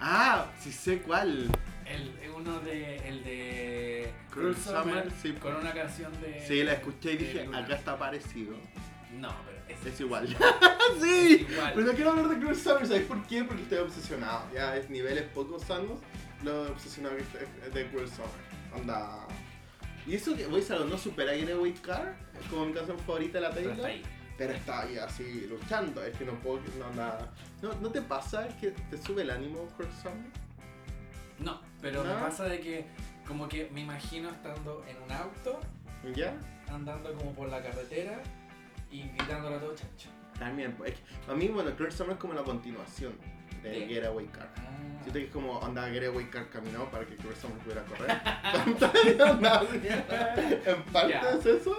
ah, sí sé cuál. El, uno de, el de Cruel Cruel Summer, Summer, sí. pues. con una canción de... Sí, la escuché y dije, de Luna. acá está parecido. No, pero es, Es igual. es sí. igual. Pero no quiero hablar de Cruel Summer, ¿sabes por qué? Porque estoy obsesionado. Ya es niveles poco sanos lo obsesionado que está de Cruel Summer. Onda. Y eso que Boys Alone no supera a Getaway Car, es como mi canción favorita de la Pero está Taylor. ahí. Pero está ahí así luchando, es que no puedo. No, nada. ¿No, ¿no te pasa que te sube el ánimo Cruel Summer? No, pero No. me pasa de que como que me imagino estando en un auto, ¿Ya? andando como por la carretera y gritándole a todo chancho. También, pues. es que A mí, bueno, Cruel Summer es como la continuación de Sí. Getaway Car. Ah. Siento que es como onda Getaway Car caminado para que Cruel Summer pudiera correr. Onda, onda, así. en parte Ya. es eso.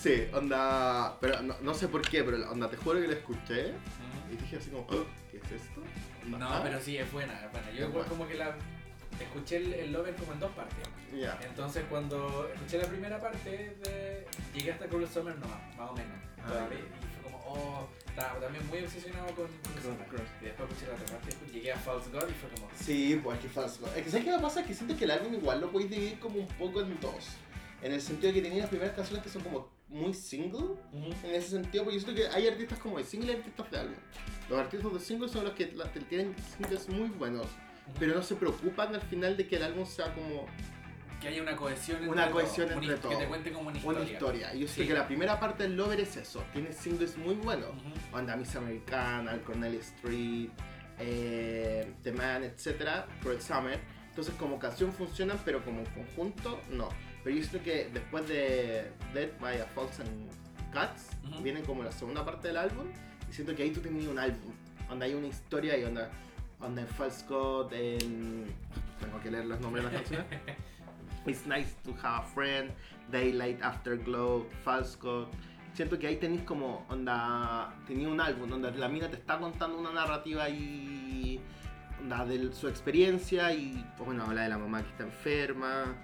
Sí, onda. Pero no, no sé por qué, pero la- onda, te juro que la escuché Ujú. y dije así como, "Oh, ¿qué es esto? Onda, No, ah, pero sí, es buena, es buena. Yo Es buena. como que la escuché el, el Lover como en dos partes. Ya. Entonces cuando escuché la primera parte de- llegué hasta Cruel Summer no, más o menos. Ah. ¿vale? Y fue como, oh, estaba también muy obsesionado con Cruel Con Summer. Cruel. Y después escuché la otra parte, llegué a False God y fue como, Sí, pues que falso. Es que ¿sabes qué me pasa? Que siento que el álbum igual lo podéis dividir como un poco en dos. En el sentido de que tenía las primeras canciones que son como muy single. En ese sentido, porque yo siento que hay artistas como de single y artistas de álbum. Los artistas de single son los que la- que tienen singles muy buenos, pero no se preocupan al final de que el álbum sea como que haya una cohesión entre Una todo, cohesión un entre his- todo. Que te cuente como una historia. una historia. Y yo siento Sí. que la primera parte del Lover es eso, tiene singles muy buenos. Ujú. Onda Miss Americana, Cornell Street, eh, The Man, etc. Cruel Summer. Entonces como canción funcionan, pero como conjunto, no. Pero yo siento que después de Dead by a Thousand Cuts, Ujú. viene como la segunda parte del álbum. Y siento que ahí tú tenías un álbum, donde hay una historia y onda, onda en False God, en... Tengo que leer los nombres de las canciones. It's nice to have a friend, Daylight, Afterglow, False God. Siento que ahí tenéis como, onda, tenía un álbum donde la mina te está contando una narrativa y, onda, de su experiencia y, pues, bueno, habla de la mamá que está enferma.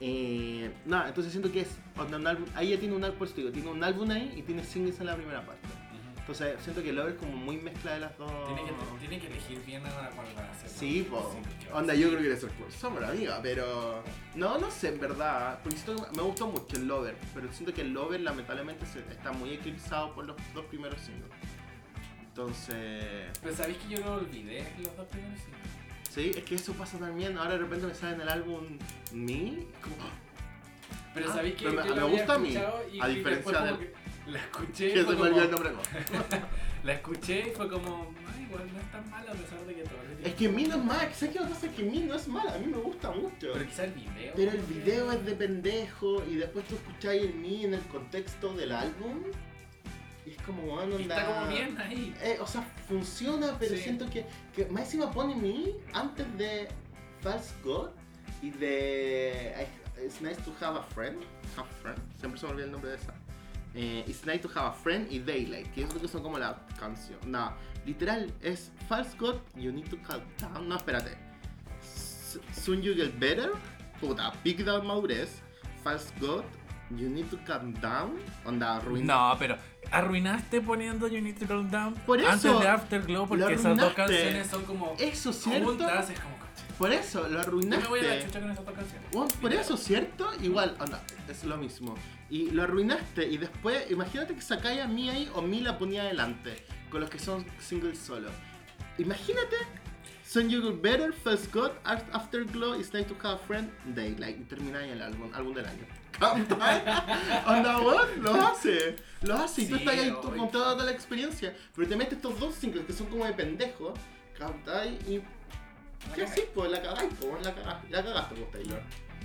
Eh, nada, entonces siento que es, onda, un álbum, ahí ya tiene un álbum, por eso te digo, tiene un álbum ahí y tiene singles en la primera parte. Ujú. Entonces siento que Lover es como muy mezcla de las dos. Tiene, que, tiene que elegir bien a la cual va a hacer. Sí, po. porque- Onda, yo creo que era ser por Summer, amiga, pero. No, no sé, en verdad. Porque siento que me gustó mucho el Lover, pero siento que el Lover lamentablemente se- está muy eclipsado por los dos primeros singles. Entonces. Pero sabéis que yo lo olvidé los dos primeros singles. Sí, es que eso pasa también. Ahora de repente me sale en el álbum Me. como, ¡ah! Pero Ah, sabéis que pero me- yo me la había gusta a mí, escuchado y- a y diferencia después como de- que La escuché, y Que se fue me olvidó el como- nombre. como. la escuché y fue como, "Ah, igual no es tan mala a pesar de que todo el Es que Me no es mala. ¿Sabes qué pasa? Que Me no es mala. A mí me gusta mucho. Pero quizá el video. Pero el video es de pendejo y después tú escucháis el mí en el contexto del álbum y es como, bueno, Y Está como bien ahí. Eh, o sea, funciona, pero Sí. siento que, que más encima pone mí antes de False God y de I- It's Nice to Have a Friend. Have a Friend, siempre se me olvida el nombre de esa. Eh, It's Nice to Have a Friend y Daylight, que yo creo que son como la canción. No, literal, es False God, You Need to Calm Down. No, espérate. S- Soon You Get Better, puta, Big Down Maures, False God, You Need to Calm Down, onda, ruin No, pero arruinaste poniendo You Need to Calm Down Por eso, antes de Afterglow lo porque esas dos arruinaste. canciones son como Eso, ¿cierto? juntas, es como "Concha". Por eso, lo Yo arruinaste. me voy a la chucha con esas dos canciones. Bueno, Oh, por eso, ¿cierto? Igual, anda, es lo mismo. Y lo arruinaste y después, imagínate que sacáis a mí ahí o mí la ponía adelante, con los que son singles solo. Imagínate, Son You Good Better, First God, Art Afterglow, It's Nice to Have a Friend, Daylight. Y termináis el álbum, álbum del año. Onda, weón, lo hace, lo hace. Y tú Sí, estás ahí tú obvio. con toda la experiencia, pero te metes estos dos singles que son como de pendejo, captáis y No ¿Qué cagáis. así? Pues la cagáis, pues la cagaste, la cagaste vos, Taylor.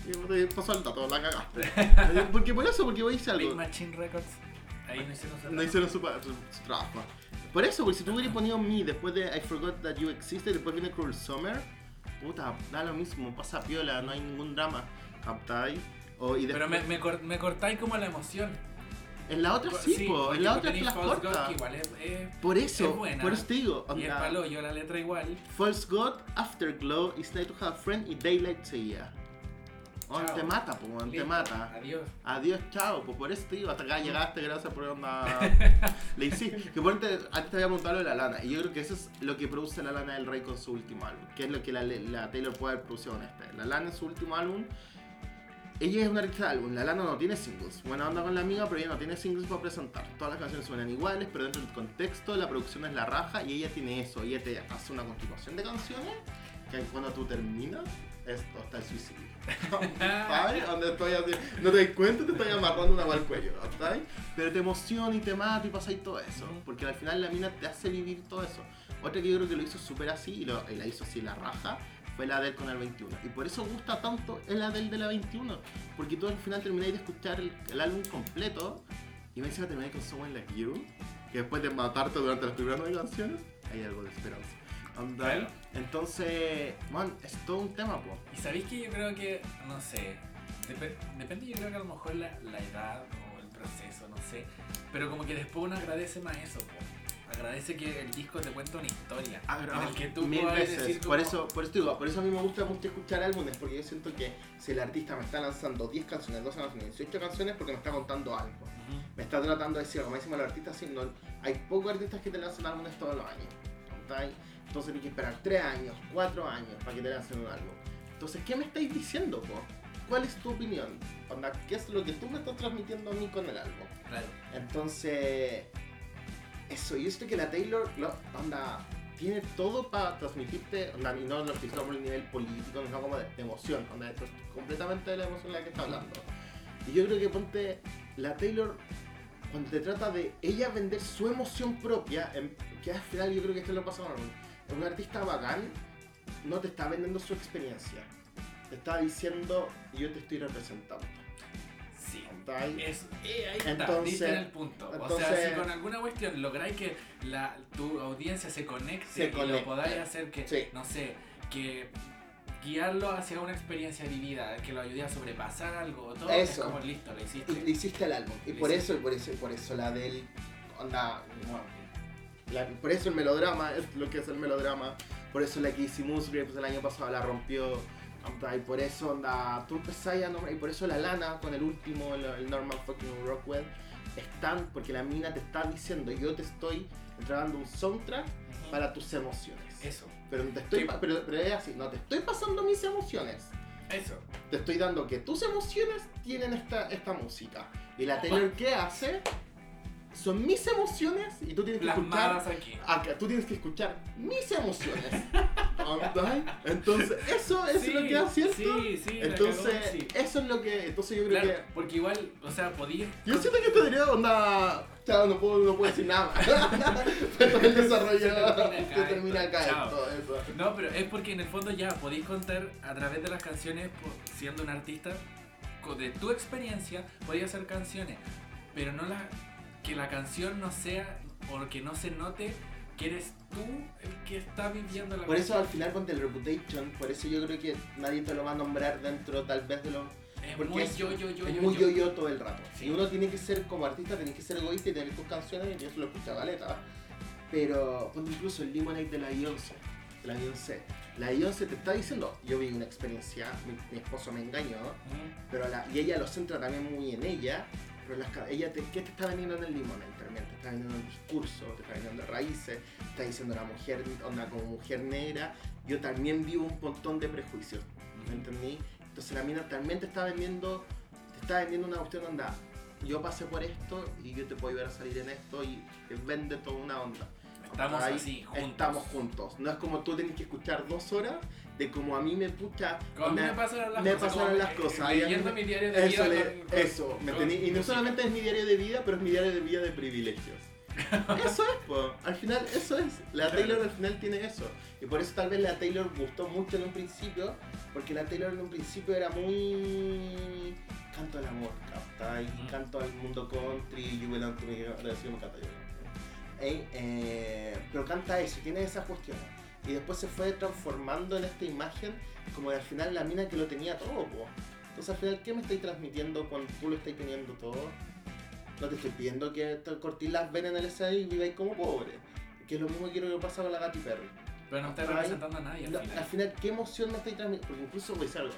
Y vos te pasó el dato, la cagaste. Eh, porque por eso, porque vos hice Big algo. Machine Records. Ahí no hicieron No hicieron hicieron su, pa- su- su trabajo. Por eso, porque si tú hubieras ponido me después de I Forgot That You Existed, después viene Cruel Summer, puta, da lo mismo, pasa piola, no hay ningún drama. ¿Captáis? O, y Pero después, me, me, cort- me cortáis como la emoción. En la otra sí, po, en la porque otra te tenéis las False God, corta. que igual es, es- Por eso, es buena. por eso te digo, y el onda, palo, yo la letra igual. False God, Afterglow, It's Night to Have a Friend y Daylight seguía. On Chao. te mata, po, on te Listo, mata. Adiós. Adiós, chao, pues por eso te digo, hasta acá llegaste, gracias por onda. Le hiciste, que ponte, antes te había montado lo de la lana, y yo creo que eso es lo que produce la lana del rey con su último álbum, que es lo que la, la Taylor puede haber producido en este. La lana es su último álbum, ella es una artista de álbum, la lana no tiene singles, buena onda con la amiga, pero ella no tiene singles para presentar. Todas las canciones suenan iguales, pero dentro del contexto, la producción es la raja, y ella tiene eso, ella te hace una continuación de canciones, que cuando tú terminas, esto está el suicidio. ¿Sabes? Donde estoy así, no te das cuenta, te estoy amarrando una agua al cuello, ¿sabes? Pero te emociona y te mata y pasa y todo eso, Ujú. porque al final la mina te hace vivir todo eso. Otra que yo creo que lo hizo súper así y, lo- y la hizo así la raja fue la del con el 21. Y por eso gusta tanto el Adel de la 21, porque tú al final termináis de escuchar el, el álbum completo y me encima termináis con Someone Like You, que después de matarte durante las primeras nueve canciones, hay algo de esperanza. Onda, Claro. Entonces, man, es todo un tema, po. Y sabéis que yo creo que, no sé, dep- depende, yo creo que a lo mejor la, la edad o el proceso, no sé, pero como que después uno agradece más eso, po. agradece que el disco te cuenta una historia Ah. en el que tú mil puedas veces. decir por, como- eso, por eso te digo, por eso a mí me gusta mucho escuchar álbumes, porque yo siento que si el artista me está lanzando 10 canciones, 12 canciones, 18 canciones, porque me está contando algo. Ujú. me está tratando de decir, como decimos los artistas, sí, no- hay pocos artistas que te lanzan álbumes todos los años. ¿cachai? Entonces tienes que esperar 3 años, 4 años para que te lancen un álbum. Entonces, ¿qué me estáis diciendo, po? ¿Cuál es tu opinión? Onda, ¿Qué es lo que tú me estás transmitiendo a mí con el álbum? Claro. Entonces, eso, yo siento que la Taylor, lo- onda, tiene todo para transmitirte, onda, y no lo estoy diciendo por el nivel político, no como de, de emoción, onda, esto es completamente de la emoción de la que está hablando. Y yo creo que ponte, la Taylor, cuando te trata de ella vender su emoción propia, en- que al final yo creo que esto lo pasa con Es un artista bacán, no te está vendiendo su experiencia, te está diciendo, yo te estoy representando. Sí. ¿cachai? Es, eh, ahí está, Entonces- diste en el punto. o sea, entonces- si con alguna cuestión lográis que la, tu audiencia se conecte Se y conecte. lo podáis hacer que, Sí. no sé, que guiarlo hacia una experiencia vivida, que lo ayude a sobrepasar algo, todo Eso. es como listo, lo Y- hiciste. y hiciste el álbum. Y Le por hiciste. eso, y por eso, y por eso la del. Onda. la- por eso el melodrama es lo que es el melodrama. Por eso la que hicimos pues, el año pasado la rompió. onda, Y por eso onda. Tú empezáis a nombrar. Y por eso la lana con el último, el, el Norman fucking Rockwell. Están. Porque la mina te está diciendo. Yo te estoy entregando un soundtrack Ujú. para tus emociones. Eso, Pero no te estoy. Sí. pa- Pero, pero es así. No te estoy pasando mis emociones eso. te estoy dando que tus emociones tienen esta, esta música. Y la Taylor que hace son mis emociones y tú tienes que Ah, escuchar. Plasmadas aquí. acá, tú tienes que escuchar mis emociones. ¿Onda? Entonces, eso es Sí, lo que hace ¿cierto? Sí, sí, la entonces, cagó, sí. eso es lo que. Entonces, yo creo Claro, que. porque igual, o sea, podías. Yo siento que esto diría onda. Chao, no puedo, no puedo decir nada. más. Pero el desarrollo Se termina acá se termina esto. acá. Chao. esto, eso. No, pero es porque en el fondo ya podéis contar a través de las canciones, po- siendo un artista, co- de tu experiencia, podías hacer canciones, pero no la, que la canción no sea o que no se note que eres tú el que está viviendo la Por eso canción. al final con The Reputation, por eso yo creo que nadie te lo va a nombrar dentro tal vez de los es porque muy es- yo, yo, yo, es yo, muy yo. yo-yo todo el rato. Sí. Y uno tiene que ser, como artista, tenés que ser egoísta y tener tus canciones, y eso lo escucha Valeta. Pero, ponte incluso el Lemonade de la Beyoncé, de la Beyoncé. La Beyoncé te está diciendo, yo viví una experiencia, mi, mi esposo me engañó, Mm, pero la- y ella lo centra también muy en ella, pero las ca- ella te, ¿qué te está vendiendo en el Lemonade también? Te está vendiendo el discurso, te está vendiendo raíces, te está diciendo la mujer, onda como mujer negra, yo también vivo un montón de prejuicios. ¿Me entendí? Entonces la mina también te está vendiendo, te está vendiendo una cuestión onda. Yo pasé por esto y yo te puedo ayudar a salir en esto y te vende toda una onda. Estamos Ahí así, juntos. Estamos juntos. No es como tú tenés que escuchar dos horas de como a mí me pucha. Como a mí me- me pasaron las me cosas. pasaron como, las eh, cosas, y a Leyendo mí- mi diario de eso, vida. le- con- con- eso, ¿me con entendí? Y no música. solamente es mi diario de vida, pero es mi diario de vida de privilegios. Eso es, po. al final eso es. La Claro. Taylor al final tiene eso. Y por eso tal vez la Taylor gustó mucho en un principio, porque la Taylor en un principio era muy canto al amor, ¿cachai? Mm. Canto al mundo country, you belong to me, ahora sí me encanta You Belong to Me. Ey, eh, pero canta eso, tiene esas cuestiones. Y después se fue transformando en esta imagen como de al final la mina que lo tenía todo, po. Entonces al final, ¿qué me estáis transmitiendo cuando tú lo estáis teniendo todo? No te estoy pidiendo que te cortéis las venas en el escenario y viváis como pobre. Que es lo mismo que creo que pasa con la Gati Perry. Pero no está Ahí- representando a nadie al No, final. al final, ¿qué emoción me estáis transmitiendo? Porque incluso, voy a decir algo,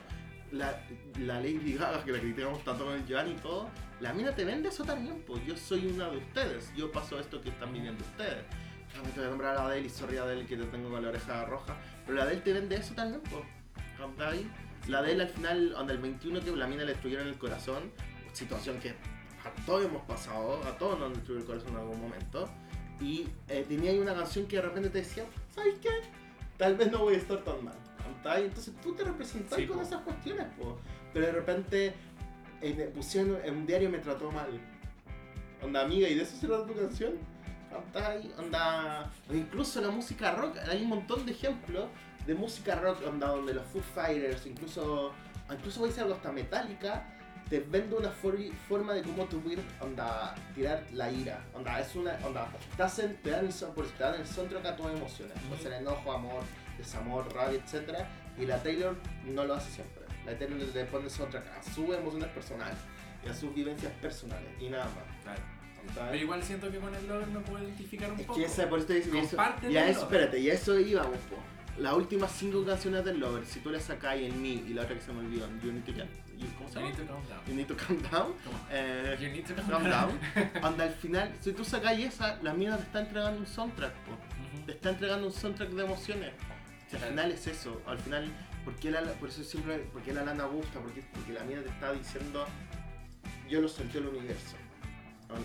la, la Lady Gaga, que la criticamos tanto con el Giovanni y todo, la mina te vende eso también, pues yo soy una de ustedes, yo paso esto que están viviendo ustedes. Ah, me te voy a nombrar a Adele y sorry Adele que te tengo con la oreja roja, pero la Adele te vende eso también, pues. ¿Cachai? La Adele al final, donde el 21 que la mina le destruyeron el corazón, situación que a todos hemos pasado, a todos nos han destruido el corazón en algún momento, y eh, tenía ahí una canción que de repente te decía, ¿sabes qué? Tal vez no voy a estar tan mal. apuntáis, entonces tú te representáis Sí, con po. esas cuestiones, po. pero de repente en, pusieron en un diario me trató mal. Onda amiga, y de eso se trata tu canción. Onda, ahí, onda. O incluso la música rock, hay un montón de ejemplos de música rock, onda donde los Foo Fighters, incluso, incluso voy a decir algo hasta metálica, te vende una for- forma de cómo tú puedes onda, tirar la ira. Onda, es una. Onda, te, hacen, te dan el son- por si te dan el soundtrack a todas emociones. Puede ser enojo, amor, desamor, rabia, etc. Y la Taylor no lo hace siempre. La Taylor le pone soundtrack a sus emociones personales y a sus vivencias personales y nada más. Claro. ¿sabes? Pero igual siento que con el lover me puedo identificar un Es poco. que esa, por eso te digo, y eso, Compártelo. y a eso, espérate, y a eso íbamos, po. Las últimas cinco canciones del Lover, si tú las sacáis en mí y la otra que se me olvidó, en You Need to Calm You- ¿cómo se You llama? need to calm down. You Need to Calm Down. Come on. eh, You need to calm, Calm down. Down. Anda, al final, si tú sacáis esa, la mierda te está entregando un soundtrack, po. Te Ujú. está entregando un soundtrack de emociones. Si al Claro. final es eso, al final, ¿por qué la, por eso siempre, por qué la lana gusta? Porque, porque la mierda te está diciendo, yo lo solté al universo. Hola,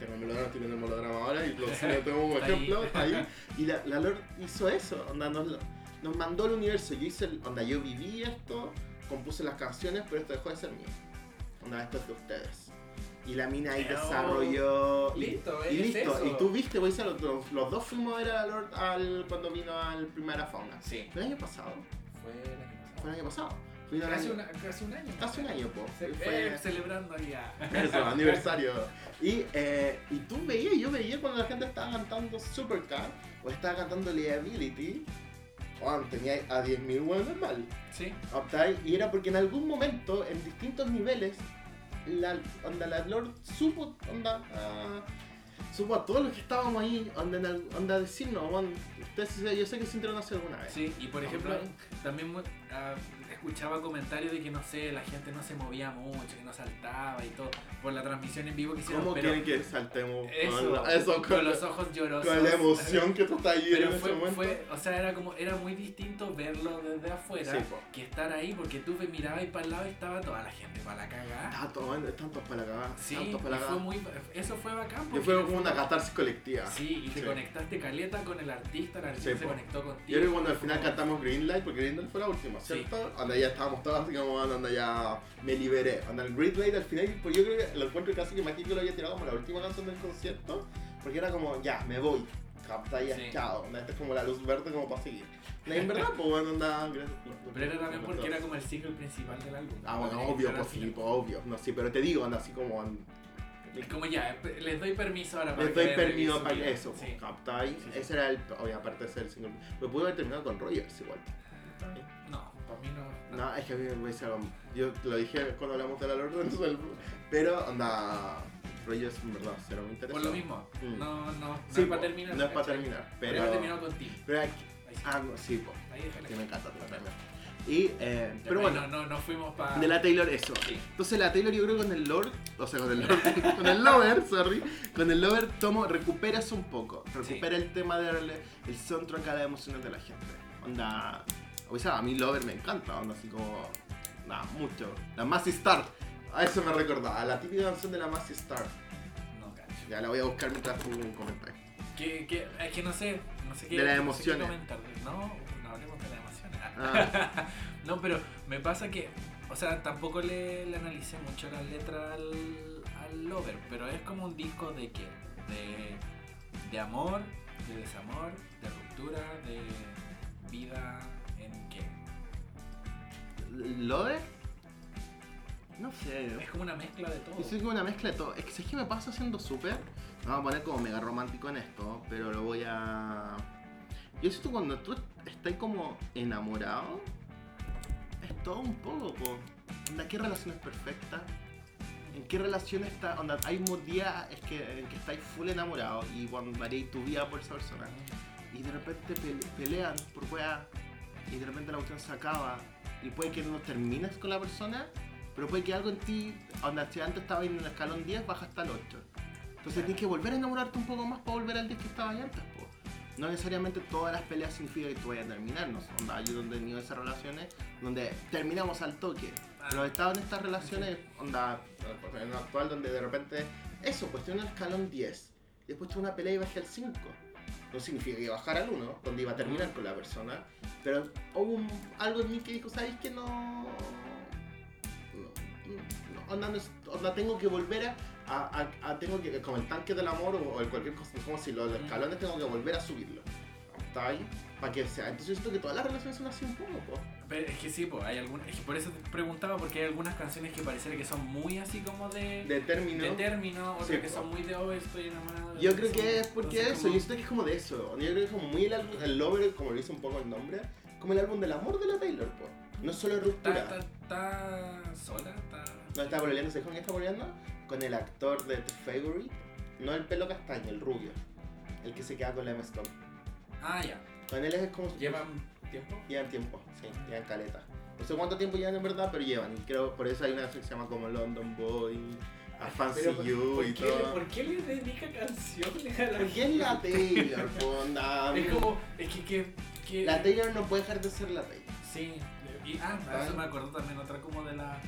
tengo el melodrama, estoy viendo el melodrama ahora y lo, lo tengo como Está ahí. ejemplo, está ahí. Y la, la Lord hizo eso, onda, nos, lo- nos mandó al universo. Yo hice, el- onda, yo viví esto, compuse las canciones, pero esto dejó de ser mío. Onda, esto es de ustedes. Y la mina ahí Pero- desarrolló. y- oh. Listo, y es listo, eso. y tú viste, voy a decir, los, los dos fuimos a ver a Lord al, cuando vino al Primera Fauna. Sí. El año pasado, Fue fue el año pasado. Vino el Casi, año- una, casi un año. Hace un año, po. Se- Fue eh, celebrando ya. eso, aniversario. Y, eh, y tú veías, yo veía cuando la gente estaba cantando Supercar o estaba cantando Liability, weón, tenía a 10.000 huevos mal. Sí. ¿cachai? Y era porque en algún momento, en distintos niveles, la, onda, la Lord supo, onda, ah, supo a todos los que estábamos ahí, onda, en al- onda decirnos, bueno, ustedes, yo sé que se entraron hace alguna vez. Sí, y por Ajá. ejemplo, también mu- ah, escuchaba comentarios de que no sé, la gente no se movía mucho, que no saltaba y todo, por la transmisión en vivo que hicieron, ¿Cómo pero quieren que saltemos eso, con, la- eso, con, con, los la, ojos llorosos. con la emoción que tú estás ahí Pero en ese fue, momento? fue, o sea, era como, era muy distinto verlo desde afuera Sí, po. que estar ahí, porque tú me mirabas y para el lado estaba toda la gente para la cagada. Estaba tomando tantos para acabar, Sí, tantos Ah, para y acabar. fue muy, eso fue bacán. Yo porque fue como una catarsis colectiva. Sí, y te Sí. conectaste caleta con el artista, el artista Sí, se po. conectó Y contigo. ahora cuando al final Fue- cantamos Green Light, porque Green Light fue la última, Sí. ¿cierto? Anda, ya estábamos todos así como, anda, ya me liberé. Anda, el Green Light al final, pues yo creo que lo encuentro casi que más que lo había tirado como la última canción del concierto, porque era como, ya, me voy. Capta ya, Sí. chao. Onda, esta es como la luz verde como para seguir. Onda, en verdad, pues bueno, anda, gracias. por- Pero era también por- porque era como el single principal del álbum. Ah, bueno, Era obvio, era pues así. sí, pues, obvio. No, sí, pero te digo, anda, así como... an- Es como ya, eh, les doy permiso ahora para Les que doy vean permiso su para vida. eso, Sí. ¿captáis? Sí, sí. Ese era el, obvio, aparte de ser el single. Lo pude haber terminado con Rogers igual. No, para mí no. No, es que a mí me parece algo- Yo te lo dije cuando hablamos de la Lord of the Rings, pero anda. Rogers en verdad será muy interesante. Por lo mismo, Mm. no, no, no Sí, es po, para terminar. No es para ¿cachai? terminar, Podría haber terminado pero. con ti. Pero aquí. Ahí sí, Ah, no, sí, po, ahí que déjala. me encanta te la Taylor. Y, eh, Ya, pero bueno, No, no, no fuimos para. de la Taylor, eso. Sí. Entonces la Taylor yo creo con el Lord, o sea, con el Lord, con el Lover, sorry, con el Lover tomo, recuperas un poco, recupera el tema de darle el soundtrack a las emociones de la gente. Onda, o sea, a mí Lover me encanta, onda así como, nada, mucho. La Massy Star, a eso me recordaba, a la típica canción de la Massy Star. No, cacho. Ya la voy a buscar mientras tú comentáis. Que, que, es que no sé, no sé qué. De las no sé qué emociones. comentar. No, no hablemos de las emociones. Ah, No, pero me pasa que, o sea, tampoco le, le analicé mucho la letra al, al Lover, pero es como un disco de qué? De, de amor, de desamor, de ruptura, de vida en qué. ¿Lover? No sé. Es como una mezcla de todo. Yo soy como una mezcla de todo. Es que sabes que me pasa haciendo súper. Me voy a poner como mega romántico en esto, pero lo voy a. Yo siento cuando tú estás como enamorado, es todo un poco, po. Onda, ¿qué relación es perfecta? ¿En qué relación está? Onda, hay un día es que, en que estáis full enamorado y cuando haréis tu vida por esa persona. Y de repente pele- pelean por weá y de repente la cuestión se acaba. Y puede que no termines con la persona, pero puede que algo en ti, donde si antes estaba en el escalón 10, baja hasta el 8. Entonces tienes que volver a enamorarte un poco más para volver al 10 que estaba ahí antes. po. No necesariamente todas las peleas significa que tú vayas a terminarnos. Onda, yo donde he tenido esas relaciones donde terminamos al toque. Ah, Pero he estado en estas relaciones, onda, en lo actual, donde de repente, eso, pues estoy en el escalón 10. Después tuve una pelea y bajé al 5. no significa que bajara al 1, donde iba a terminar con la persona, pero hubo un- algo en mí que dijo, ¿sabes que no? no, no, onda, no es- onda, tengo que volver a, a- a- a- tengo que, como el tanque del amor o, o el cualquier cosa, como si los escalones tengo que volver a subirlo. ¿Está ahí? Para que sea. Entonces yo siento que todas las relaciones son así un poco, po. Pero es que sí, pues, hay algunas, es que por eso te preguntaba, porque hay algunas canciones que pareciera que son muy así como de, De término. de término, otras Sí, que po. son muy de oh, estoy enamorado. Yo creo sí. que es porque Entonces, eso, como- yo siento que es como de eso. Yo creo que es como muy el, álbum- el Lover, como lo dice un poco el nombre, como el álbum del amor de la Taylor, po. No es solo Está, ruptura. está, está sola, está. No está boleando, ¿sabes con quién está boleando? Con el actor de The Favorite, no el pelo castaño, el rubio, el que se queda con la M. Stone. Ah, ya. Con él es como. ¿Llevan tiempo? Llevan tiempo, sí, llevan caleta. No sé cuánto tiempo llevan en verdad, pero llevan. Y creo por eso hay una canción que se llama como London Boy, A Fancy Pero, You ¿por y qué le- todo. ¿Por qué le dedica canciones a la ¿Por qué es la Taylor, po? Onda, Es como, es que, que, que- La Taylor no puede dejar de ser la Taylor. Sí, y ah, Ah. eso me acordó también otra como de la,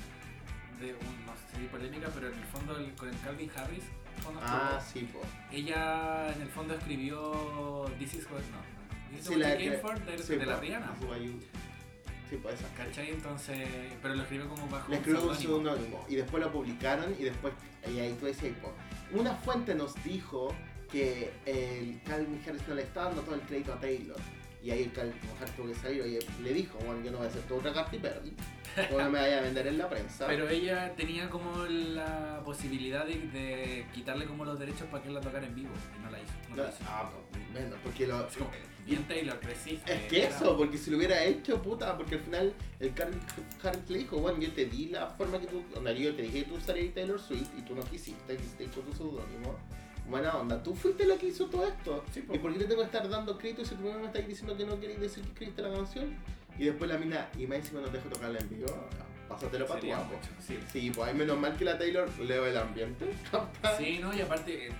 de un, no sé si polémica, pero en el fondo el- con el Calvin Harris, cuando Ah, estuvo, sí, po. ella en el fondo escribió This is what, no, This is Sí, what la you came que- for, de, Sí, de la po. Rihanna, Sí, po, ahí- Sí, po, esa. ¿cachai? Entonces, pero lo escribió como bajo Le escribió un pseudónimo. seudónimo y después lo publicaron y después y ahí tú decías, po, una fuente nos dijo que el Calvin Harris no le estaba dando todo el crédito a Taylor. Y ahí el Calvin Harris tuvo que salir, oye, le dijo, bueno, yo no voy a hacer toda otra carta y perdí. O no me vaya a vender en la prensa. Pero ella tenía como la posibilidad de, de quitarle como los derechos para que él la tocara en vivo, y no la hizo. No No, la hizo. ah, pues, bueno, porque lo... Es como, bien Taylor, eh, resiste. Es que bravo. eso, porque si lo hubiera hecho, puta, porque al final el Calvin Harris le dijo, bueno, yo te di la forma que tú, onda, yo te dije que tú usarías Taylor Swift y tú no quisiste, quisiste ir con tu seudónimo. Buena onda, tú fuiste la que hizo todo esto. Sí, po. ¿Y por qué te tengo que estar dando crédito si tú mismo me estás diciendo que no querés decir que escribiste la canción? Y después la mina, y más encima no te dejo tocarla en vivo, pásatelo para tu Sería guapo. mucho, sí. Sí, pues ahí menos mal que la Taylor leo el ambiente. Sí, no, y aparte, eh,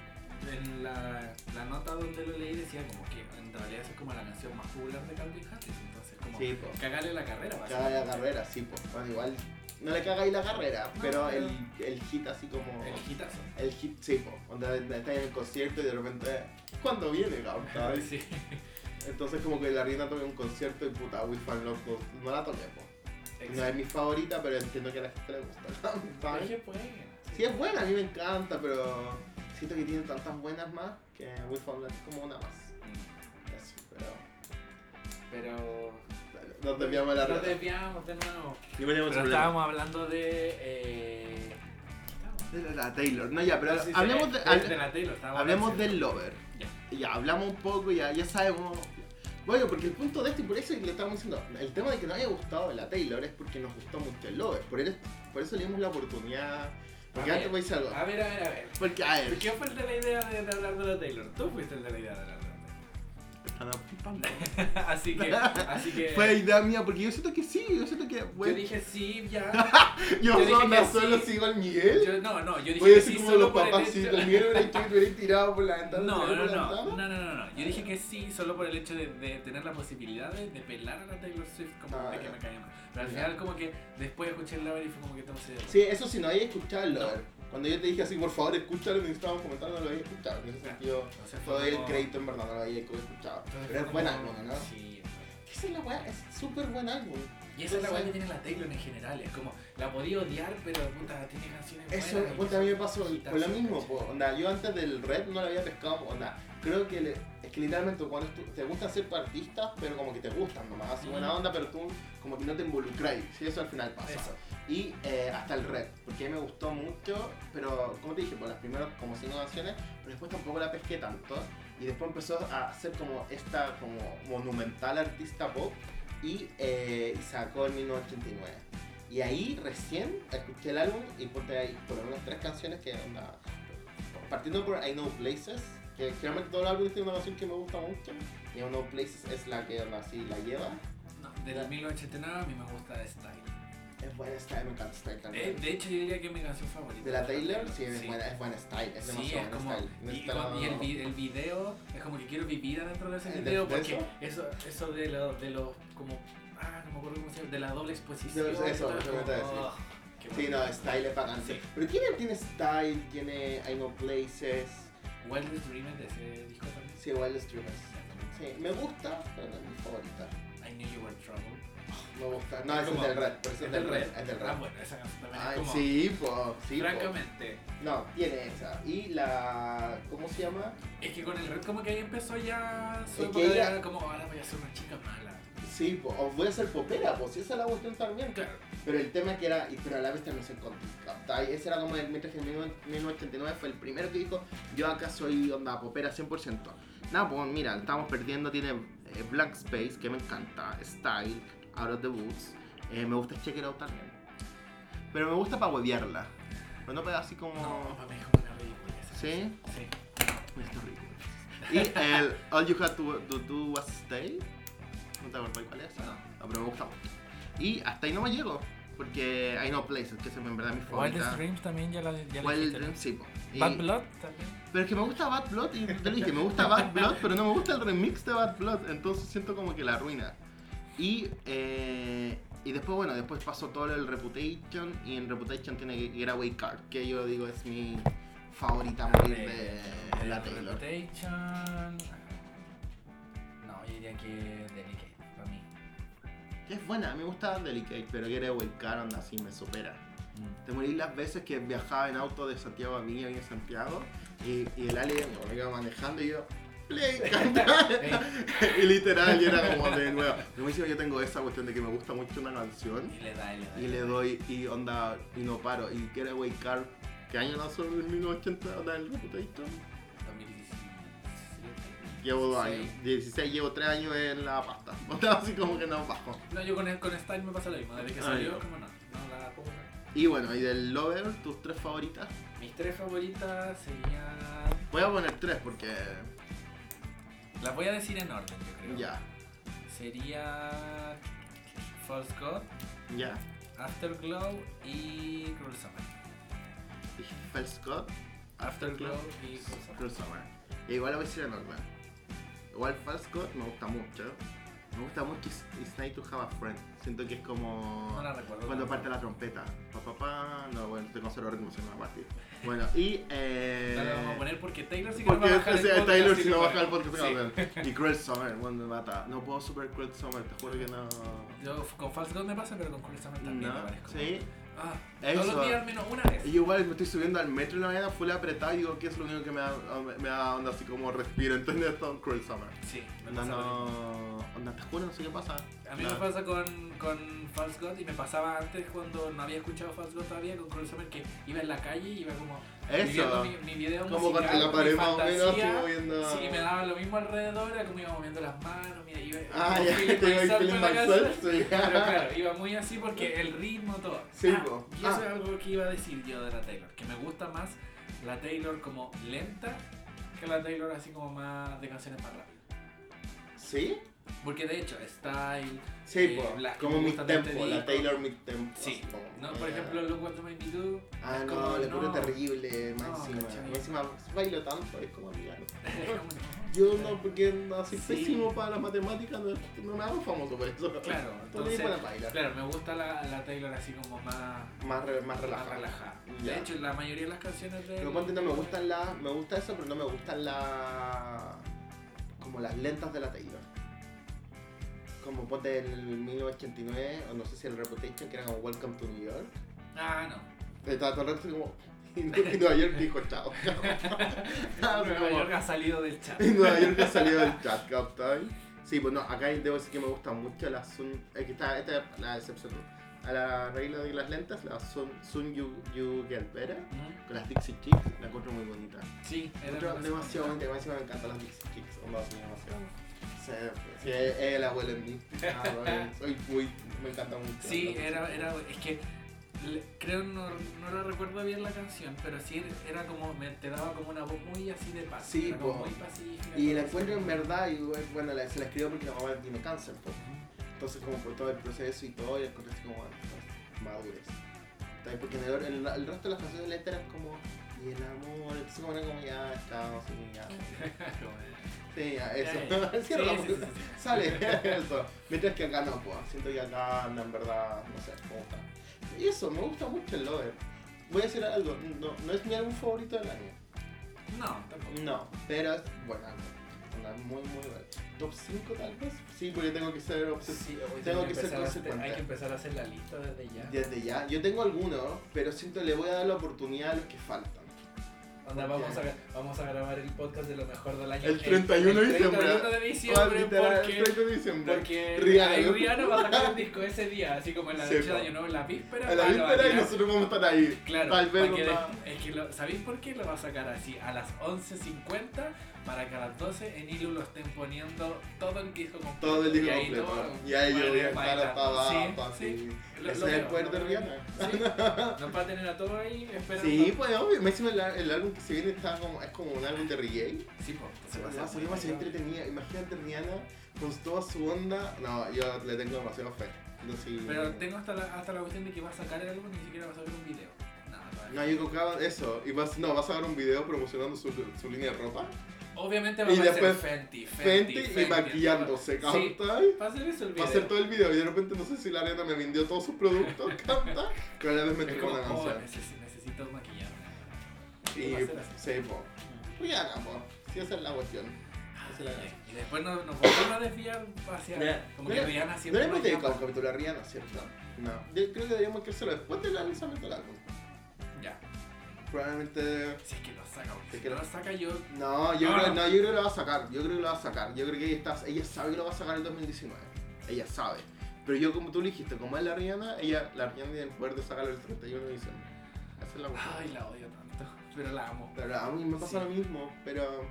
en la, la nota donde lo leí decía como que en realidad esa es como la canción más popular de Calvin Harris, entonces como Sí, po. cagarle la carrera, Caga la básicamente. carrera, sí, pues. Bueno, igual no le cagáis la carrera, No, pero pero- el, el hit así como... El hitazo. El hit sí, po, donde está en el concierto y de repente, ¿cuándo viene, cabrón? ¿Sabes? Sí. Entonces, como que la reina toca un concierto y puta, We Fan Love no, no la toqué, po. No es mi favorita, pero entiendo que a la gente le gusta, cabrón, Es ¿sabes? que pues, Sí, es buena, a mí me encanta, pero siento que tiene tantas buenas más que We Found Love es como una más. Eso, pero. Pero Nos desviamos de la nos reta. desviamos de nuevo. Yo me tengo Pero un problema. estábamos hablando de... Eh... De la Taylor, no ya, pero Sí, sí, hablemos de, de. de la Taylor, estábamos Hablemos hablando. del lover. Ya. Ya. hablamos un poco, ya, ya sabemos. Bueno, porque el punto de esto, y por eso le estamos diciendo, el tema de que nos haya gustado la Taylor es porque nos gustó mucho el lover. Por, él- por eso le dimos la oportunidad. Porque A antes voy a decir algo. A ver, a ver, a ver. Porque, a ver. ¿Quién fue el de la idea de, de hablar de la Taylor? Tú fuiste el de la idea de hablar de la Taylor. así que, así que. Fue idea mía, porque yo siento que sí, yo siento que. yo Bueno, dije sí, ya. yo, yo dije onda, que sí. solo sigo al Miguel. Yo- no, no, yo dije Voy a que decir sí como solo los por el papacitos. hecho. El Miguel hubiera hecho que te hubiera tirado por la No, ventana. no, no, te hubiera por la no, no, ventana. no, no. Yo dije que sí solo por el hecho de, de tener la posibilidad de, de pelar a la Taylor Swift como Ah, de que ya. me caía mal. Pero al Ya. final como que después escuché el Lover y fue como que estamos de Sí, eso sí, no había escuchado el lover. Cuando yo te dije así, por favor, escúchalo, necesitábamos comentar, no lo había escuchado. En ese sentido. Entonces fue Todo el como- crédito en verdad no lo había escuchado. entonces Pero fue es buen como- álbum, ¿no? Sí. Esa es la weá, es súper buen álbum. Y esa es la Entonces- weá que tiene la Taylor en general. Es como, la podía odiar, pero puta, tiene canciones Eso buenas. y pues, también me pasó hitazo, con lo mismo, ¿cachai? po. Onda, yo antes del Red no lo había pescado, onda. Creo que le- es que literalmente cuando tú- te gustan ser artistas, pero como que te gustan nomás, así buena onda, pero tú como que no te involucráis. Sí, eso al final pasa. Eso. Y eh, hasta el Red, porque a mí me gustó mucho, pero como te dije, por las primeras como cinco canciones, pero después tampoco la pesqué tanto. Y después empezó a ser como esta como monumental artista pop y, eh, y sacó en 1989. Y ahí recién escuché el álbum y ponte ahí por unas tres canciones que onda, partiendo por I Know Places, que generalmente todo el álbum tiene una canción que me gusta mucho, y I Know Places es la que onda, así la lleva. No, del 1989 a mí me gusta Style. Eh, Es buena esta, me encanta esta canción. De, de hecho, yo diría que es mi canción favorita. De la Taylor, sí, es Sí. buena, es buena style, es Sí, demasiado es buena como, style. No y, está- cuando- y el, vi- el video es como que quiero vivir adentro de ese ¿De- video de porque eso? eso, eso de los de los como ah no me acuerdo cómo se llama de la doble exposición De- eso, y eso todo, te como, iba a decir. oh, qué Sí, bueno. no, style es bacán. Sí. Pero tiene, tiene style, tiene I Know Places, Wildest Dreamer de ese disco también. Sí, Wildest Dreamers. Sí, me gusta, pero no es mi favorita. I Knew You Were Trouble. Me gusta. No, ese es del Red. pero ese es del Red. Es del Ah, Red. bueno, esa canción también es Ay, como... sí, po, sí, po. francamente, No, tiene esa. Y la. ¿Cómo se llama? es que con el Red como que ahí empezó ya su Es época que de- ella- como ahora voy a ser una chica mala. Sí, po, o voy a ser popera, pues esa es la cuestión también. Claro. Pero el tema que era, y- pero a la vez también se encontró. ¿cachai? Ese era como el, mientras que en 1989 fue el primero que dijo, yo acá soy onda popera 100%. Nada, pues mira, estamos perdiendo, tiene eh, Black Space, que me encanta, Style, Out of the Woods, eh, me gusta Check It Out también. Pero me gusta para huevearla. Pero no para así como... No, mami, es como una ridícula esa ¿Sí? canción. Sí. Mr. Rico. Y el All You Had to Do, Do Was Stay. No te acuerdas cuál es. No. pero me gusta mucho. Y hasta ahí no me llego. Porque I Know Places, que es en verdad mi Wildest favorita. Dreams también ya la, ya la Wild dijiste, Dream, sí. po. ¿no? Y- Bad Blood también. Pero es que me gusta Bad Blood y te lo dije, me gusta Bad Blood, pero no me gusta el remix de Bad Blood. Entonces siento como que la arruina. Y, eh, y después, bueno, después pasó todo el Reputation. Y en Reputation tiene Getaway Card, que yo digo es mi favorita a Ah, morir de la Taylor. Reputation. No, yo diría que Delicate, para mí. Que es buena, me gusta Delicate, pero quiere volcar, onda así, me supera. Te morí las veces que viajaba en auto de Santiago a Viña, Viña a Santiago, y, y el Ale me iba manejando y yo, play, canta". Y literal, y era como de nuevo. Lo mismo yo tengo esa cuestión de que me gusta mucho una canción, Y le da, y le da. y le doy, y onda, y no paro, y quiere volcar. ¿Qué año lanzó el 1980? ¿Onda el Reputation? 2017. Llevo dos Sí. años, 16, llevo 3 años en la pasta. Onda, así como que no bajo. No, yo con, el- con Style me pasa lo mismo. Desde que Ah, salió, ya. como no. No la pongo. no. Y bueno, y del Lover, tus tres favoritas. Mis tres favoritas serían. Voy a poner tres porque. Las voy a decir en orden, yo creo. Ya, Sería. False God, ya. Afterglow y Cruel Summer. Fell Scott, Afterglow, y Cruel Summer. Cruel Summer. Y E igual lo voy a decir en orden. Igual Fell Scott me gusta mucho. Me gusta mucho It's, It's Nice to Have a Friend. Siento que es como. No la recuerdo. Cuando tanto. parte la trompeta. Pa, pa, pa. No, bueno, te conservo ritmo se me va a partir. Bueno, y. Eh, No la vamos a poner porque Taylor sí que nos va Porque a bajar o sea, el podcast, Taylor así si no que baja el bueno. podcast. Sí. Y Cruel Summer, bueno, me mata. No puedo super Cruel Summer, te juro que no. Yo f- con False God me pasa, pero con Cruel Summer también me parece como- sí. Ah, Eso. todos los días al menos una vez. Y yo igual me estoy subiendo al metro en la mañana, full apretado y digo que es lo único que me da, me da onda así como respiro, ¿entendés? Esto Cruel Summer. Sí, me No, pasa lo mismo. no, onda, te juro, no sé qué pasa. A mí No. me pasa con, con False God y me pasaba antes cuando no había escuchado False God todavía con Cruel Summer que iba en la calle y iba como viviendo Eso, mi, mi video como musical, contra la mi pared más o menos, así fantasía. moviendo. Sí, me daba lo mismo alrededor, era como iba moviendo las manos, mira, iba Ah, como ya, Philip te doy Myself en Philip la Myself, casa. sí. Pero claro, iba muy así porque el ritmo todo. Sí, Ah, po. y eso Ah. es algo que iba a decir yo de la Taylor, que me gusta más la Taylor como lenta que la Taylor así como más de canciones más rápidas. ¿Sí? Porque de hecho, Style, Sí, Eh, po, la- como me mi gusta tanto tempo, el la disco. Taylor mid tempo. Sí. así como, ¿no? eh, Por ejemplo, Look What Me Do. Ah, es como, no, le puro no. terrible, más No, encima. cachai. Más encima bailo tanto, es como amiga. es como, Yo no, porque no, soy Sí. pésimo para las matemáticas, no, no me hago famoso por eso. Claro, Todo el entonces, día para bailar. claro, me gusta la, la Taylor así como más, Más, re- más más relajado. relajada. Ya. De hecho, la mayoría de las canciones de... Pero ponte, no me gustan las. Me gusta eso, pero no me gustan las. Como las lentas de la Taylor. Como ponte el 1989, o no sé si el Reputation, que era como Welcome to New York. Ah, no. Estaba todo el rato así como. Y Nueva York dijo chao. Ah, pero Nueva como- York ha salido del chat. En Nueva York ha salido del chat, ¿cachai? Sí, pues no, acá debo decir que me gusta mucho la Sun. Aquí está, esta es la excepción. A la regla de las lentas, la Sun, sun you, you Get Better. Ujú. Con las Dixie Chicks, la encuentro muy bonita. Sí, es Encuentro demasiado demasiado. bonita, demasiado me encantan las Dixie Chicks. Onda, sí, demasiado. Sí, sí, es es el abuelo en mí. Ah, bueno, Soy muy. Me encanta mucho. Sí, Las era, Dixie era, es que le- creo, no, no la recuerdo bien la canción, pero sí era como, me, te daba como una voz muy así de paz. Sí, era como po. muy pacífica. Y todo la así encuentro en como- verdad, y bueno, la- se la escribió porque la mamá tiene cáncer, pues. Entonces, como por todo el proceso y todo, y las cosas así como ah, pues, madures. ¿Sabes? Porque en el, en la- el resto de las canciones de letras como, y el amor, entonces como era como ya estamos, y ya. Sí, ya, eh, Ya, eso. ya. Cierra la Sí, sí, puerta. sí, sí. Sale, eso. Mientras que acá no, pues. Siento que acá anda en verdad, no sé, me gusta. Y eso, me gusta mucho el Lover. Voy a decir algo, no, no es mi álbum favorito del año. No, tampoco. No, pero es buena. Una muy, muy buena. Top 5 tal vez. Sí, porque tengo que ser obsesivo. Sí, hoy Tengo hay que ser empezar a hacer- consecuente. Hay que empezar a hacer la lista desde ya. Desde ya. Yo tengo algunos, pero siento que le voy a dar la oportunidad a los que faltan. Onda, vamos, a, gra- vamos a grabar el podcast de lo mejor del año. El 31 de el 31 diciembre. ¿eh? Ah, de diciembre. Literal, porque- el 30 de diciembre. Porque Rihanna. ahí Rihanna va a sacar un disco ese día, así como en la Sí, noche po. de Año Nuevo, en la víspera. En la va, lo va a víspera y tirar. nosotros vamos a estar ahí. Claro, Tal vez para que no de- va- es que lo, ¿sabéis por qué lo va a sacar así? A las 11.50 para que a las 12 en Ilu lo estén poniendo todo el disco completo. Todo el Y disco ahí completo. todo- Y ahí yo voy a Bueno, estar hasta bailando. abajo. Sí, sí. así. Lo- Ese lo es el veo, poder lo de veo. Rihanna. Sí. Nos va a tener a todos ahí esperando. Sí, pues obvio. Me dicen el, el álbum que se viene está como, es como un álbum de reggae. pues, Sí, po, Se se va a va a hacer salir demasiado muy entretenida. Imagínate Rihanna con toda su onda. No, yo le tengo demasiado fe. No, sí. Pero tengo hasta la, hasta la cuestión de que va a sacar el álbum y ni siquiera va a sacar un video. No, no, No, yo tocaba eso. Y vas, no, vas a ver un video promocionando su, su línea de ropa. Obviamente va Y a ser después Fenty, Fenty, Fenty y Fenty, maquillándose, todo. Sí, ¿cachai? va a ser eso el video. Va a ser todo el video. Y de repente no sé si la Rihanna me vendió todos sus productos, ¿canta? Pero a la vez me Es tocó como, una oh, canción. necesito, necesito maquillarme. Y Pues va a ser así. sí, po. Rihanna, po. Sí, esa es la cuestión. Ah, Esa es la gracia. Y después nos, nos volvemos a desviar hacia. Mira, como mira, que Rihanna No le siempre. hemos nos dedicado un llama. capítulo a Rihanna, ¿cierto? No. Yo creo que deberíamos hacerlo después del lanzamiento del álbum. Ya. Probablemente. Si es que lo saca, porque Si si es que no lo- lo saca yo. No, yo, Ah. creo, no, yo creo que lo va a sacar. Yo creo que lo va a sacar. Yo creo que ella, está, ella sabe que lo va a sacar en 2019. Ella sabe. Pero yo, como tú le dijiste, como es la Rihanna, ella, la Rihanna tiene el poder de sacarlo el 31 de diciembre. Esa es la Ay, cuestión. la odio tanto. Pero la amo. Pero a mí me pasa Sí. lo mismo, pero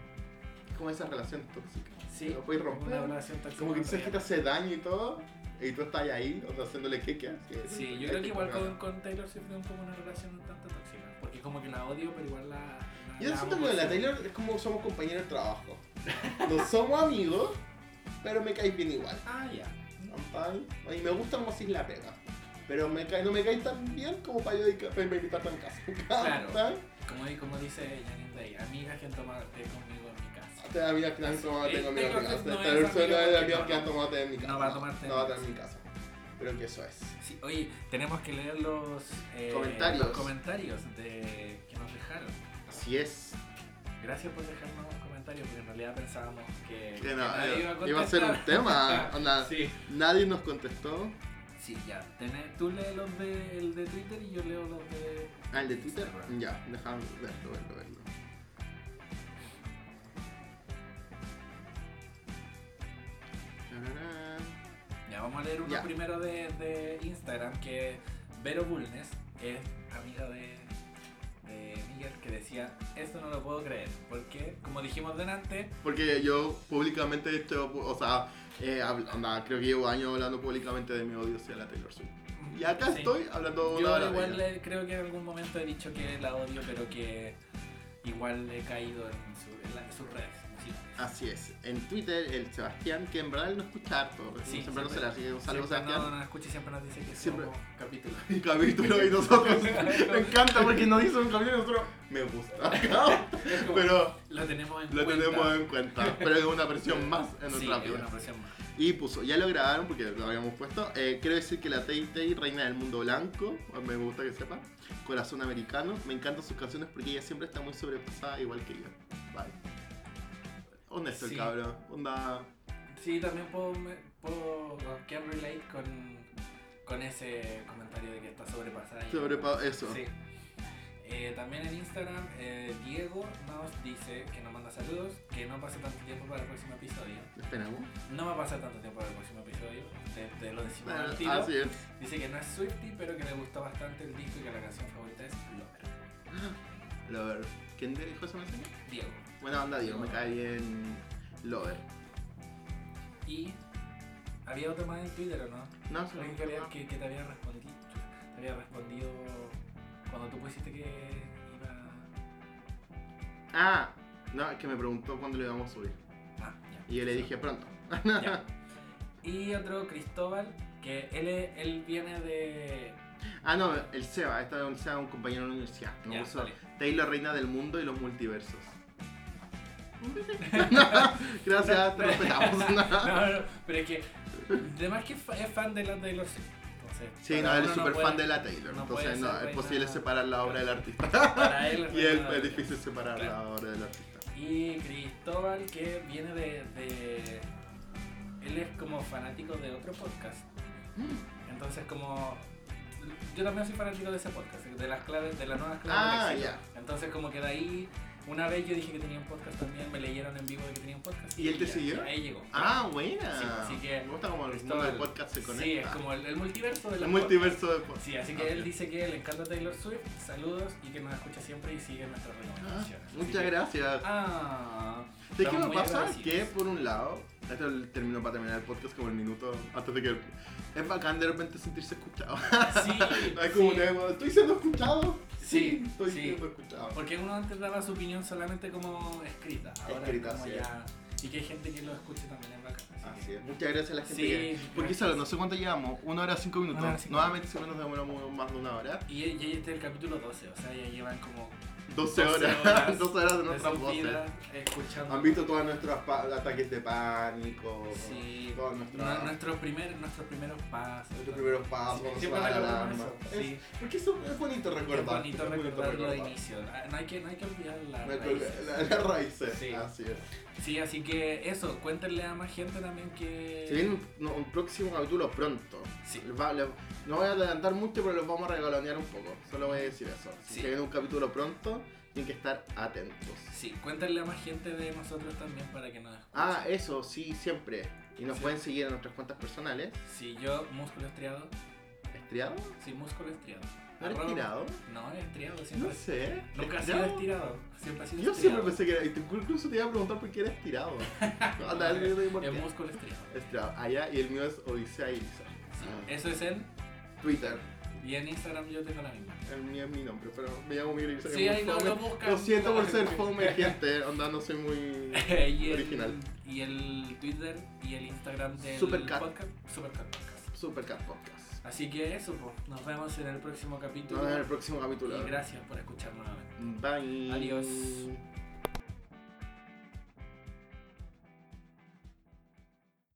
es como esa relación tóxica. Sí. Lo puedes tengo Una romper. relación tóxica Como que con tú sabes que te Rihanna. hace daño y todo, y tú estás ahí, o sea, haciéndole queque. así. Sí, yo creo que igual Hay con, con Taylor Swift es un poco una relación un tanto tóxica. Porque como que la odio, pero igual la. la- Yo la siento amo que por la ser- Taylor es como somos compañeros de trabajo. No somos amigos, pero me caes bien igual. Ah, ya. ¿Campán? Y me gusta como si la pega. Pero me cae, no me cae tan bien como para yo dedicar- para invitarte en casa. Claro. ¿Campán? Como, di- como dice Janine Day, amigas que han tomado té conmigo en mi casa. Te da amigas que han tomado té Eh, conmigo en mi Taylor casa. Swift no Te es da suelo amiga porque de amigas no- que han tomado té en mi casa. no va a tomar té No en va a mi tomar en mi casa. Pero que eso es. Sí, oye, tenemos que leer los, eh, Comentarios. los comentarios de, que nos dejaron. Así es. Gracias por dejarnos comentarios, porque en realidad pensábamos que, Que que no, nadie iba a eh, contestar. iba a ser un tema. onda, Sí, Nadie nos contestó. sí, ya. Tené- tú lees los de, el de Twitter y yo leo los de... Ah, el de Twitter. Instagram. Ya, déjame verlo, verlo, verlo. Tararán. Ya, vamos a leer uno Mm. Ya. primero de, de Instagram, que Vero Bulnes, que es amiga de, de Miguel, que decía, esto no lo puedo creer, porque, como dijimos delante, Porque yo públicamente, esto, o sea, eh, habl- onda, creo que llevo años hablando públicamente de mi odio hacia la Taylor Swift. Y acá Sí. estoy hablando una Yo hora de igual ella. le- creo que en algún momento he dicho que la odio, pero que igual he caído en, su- en la- sus redes musicales. Así es. En Twitter, el Sebastián, que en verdad él no escucha harto, Sí, siempre no se siempre. la sigue. Un saludo, Siempre Sebastián. no, no escucha y siempre nos dice que Siempre. somos capítulo. Y capítulo y nosotros. Me encanta porque nos dice un capítulo y nosotros. Me gusta. Es como, Pero lo tenemos en lo cuenta. tenemos en cuenta. Pero es una presión más en sí, nuestra es vida. una presión más. Y puso, ya lo grabaron porque lo habíamos puesto. Eh, quiero decir que la Tay Tay, reina del mundo blanco, me gusta que sepa, corazón americano. Me encantan sus canciones porque ella siempre está muy sobrepasada, igual que yo. Vale. Honesto Sí. el cabrón. Onda. Sí, también puedo, me- puedo can relate con, con ese comentario de que está sobrepasada. y- sobrepa- Eso. Sí. Eh, también en Instagram, eh, Diego nos dice que nos manda saludos, que no pase tanto tiempo para el próximo episodio. Esperamos. No va a pasar tanto tiempo para el próximo episodio, te, te lo decimos Ah, al tiro. Así es. Dice que no es Swifty, pero que le gustó bastante el disco y que la canción favorita es Lover. Lover. ¿Quién te dijo esa mensaje? Diego. Buena onda, Diego. Me cae bien. Lover. Y había otro más en Twitter, ¿o no? No, se Lo me que, quería- ocurrió. que, que te había respondido. Te había respondido cuando tú pusiste que iba. Ah, no, es que me preguntó cuándo lo íbamos a subir. Ah, ya. Y yo le dije pronto. Ya. Y otro Cristóbal, que él, es- él viene de. Ah, no, el Seba, esta es un Seba, un compañero de la universidad. que Me Ya, puso vale. Taylor, reina del mundo y los multiversos. Gracias, te respetamos. No, no, pero es que. Además que fa- es fan de la Taylor Swift. entonces. Sí, cada no, él uno es súper puede- fan de la Taylor, no puede entonces no, ser es posible reina- separar la obra del artista. Para él y él, reina de es la difícil separar Claro. la obra del artista. Y Cristóbal, que viene de, de- Él es como fanático de otro podcast. Mm. Entonces, como. Yo también soy fanático de ese podcast, de las claves, de las nuevas claves. Ah, del éxito. ya. Entonces, como que de ahí. Una vez yo dije que tenía un podcast también, me leyeron en vivo de que tenía un podcast. ¿Y él te ya- siguió? y Ahí llegó. Ah, buena. Sí, pues, así que- Me gusta como el mundo Cristóbal. del podcast se conecta. Sí, es como el, el multiverso de la el multiverso de podcast. Sí, así que Ah, él ya. dice que le encanta Taylor Swift, saludos y que nos escucha siempre y sigue nuestras Ah, recomendaciones. Así muchas que- gracias. Ah, ¿Sabes qué estamos me muy pasa? Que agradecidos. por un lado, esto terminó para terminar el podcast como el minuto antes de que. Es bacán de repente sentirse escuchado. Sí, es como sí. que, estoy siendo escuchado. Sí, estoy sí. siendo escuchado. Porque uno antes daba su opinión solamente como escrita. Ahora Escrita, como sí. Ah, ya... Y que hay gente que lo escuche también en bacán. así Así que- es. Muchas gracias a la gente Sí, que. Porque gracias. solo no sé cuánto llevamos, una hora cinco minutos. Una hora, cinco Nuevamente seguro nos demoramos más de una hora. Y, y este es el capítulo 12, o sea, ya llevan como 12 horas. 12 horas de nuestras sus voces. vidas escuchando. Han visto todos nuestros pa- ataques de pánico. Sí, Todos nu- nuestros. nuestros primer, nuestros primeros pasos. Nuestros primeros pasos, Sí, la siempre recordamos alarma. eso, Es- Sí, Porque eso es bonito recordar. es bonito es bonito recordarlo de recordar. inicio. Ah, No hay que, no hay que olvidar la Me raíz. colgué la- Las raíces, Sí. así es. Sí, así que eso, cuéntenle a más gente también que... Se viene un, no, un próximo capítulo pronto. Sí. Les va- les- no voy a adelantar mucho, pero los vamos a regalonear un poco. Solo voy a decir eso. Si Sí. se viene un capítulo pronto, tienen que estar atentos. Sí, cuéntenle a más gente de nosotros también para que nos escuchen. Ah, eso, sí, siempre. Y nos Sí. pueden seguir en nuestras cuentas personales. Sí, yo, músculo estriado. ¿Estriado? Sí, músculo estriado. ¿No eres Arroba- tirado? No, es estriado, siempre. No sé. Nunca ha sido ¿Estirado? estirado. Siempre ha sido Yo siempre estirado. pensé que era. y te- Incluso te iba a preguntar por qué eres tirado. Anda, alguien te dice por Es qué. músculo estriado. Estriado. Allá, y el mío es Odisea Iris. Sí, Ah. Eso es en... Twitter. Y en Instagram yo tengo la misma. El mío es mi nombre, pero me llamo Miguel Irizar, que Sí, es muy ahí lo- fome. lo buscan. Lo siento por ser fome, gente. Onda, no soy muy. y el, Original. Y el Twitter y el Instagram del Supercat. podcast. Supercat Podcast. Supercat Podcast. Así que eso, pues. Nos vemos en el próximo Nos capítulo. vemos en el próximo capítulo. y gracias por escuchar nuevamente. Bye. Adiós.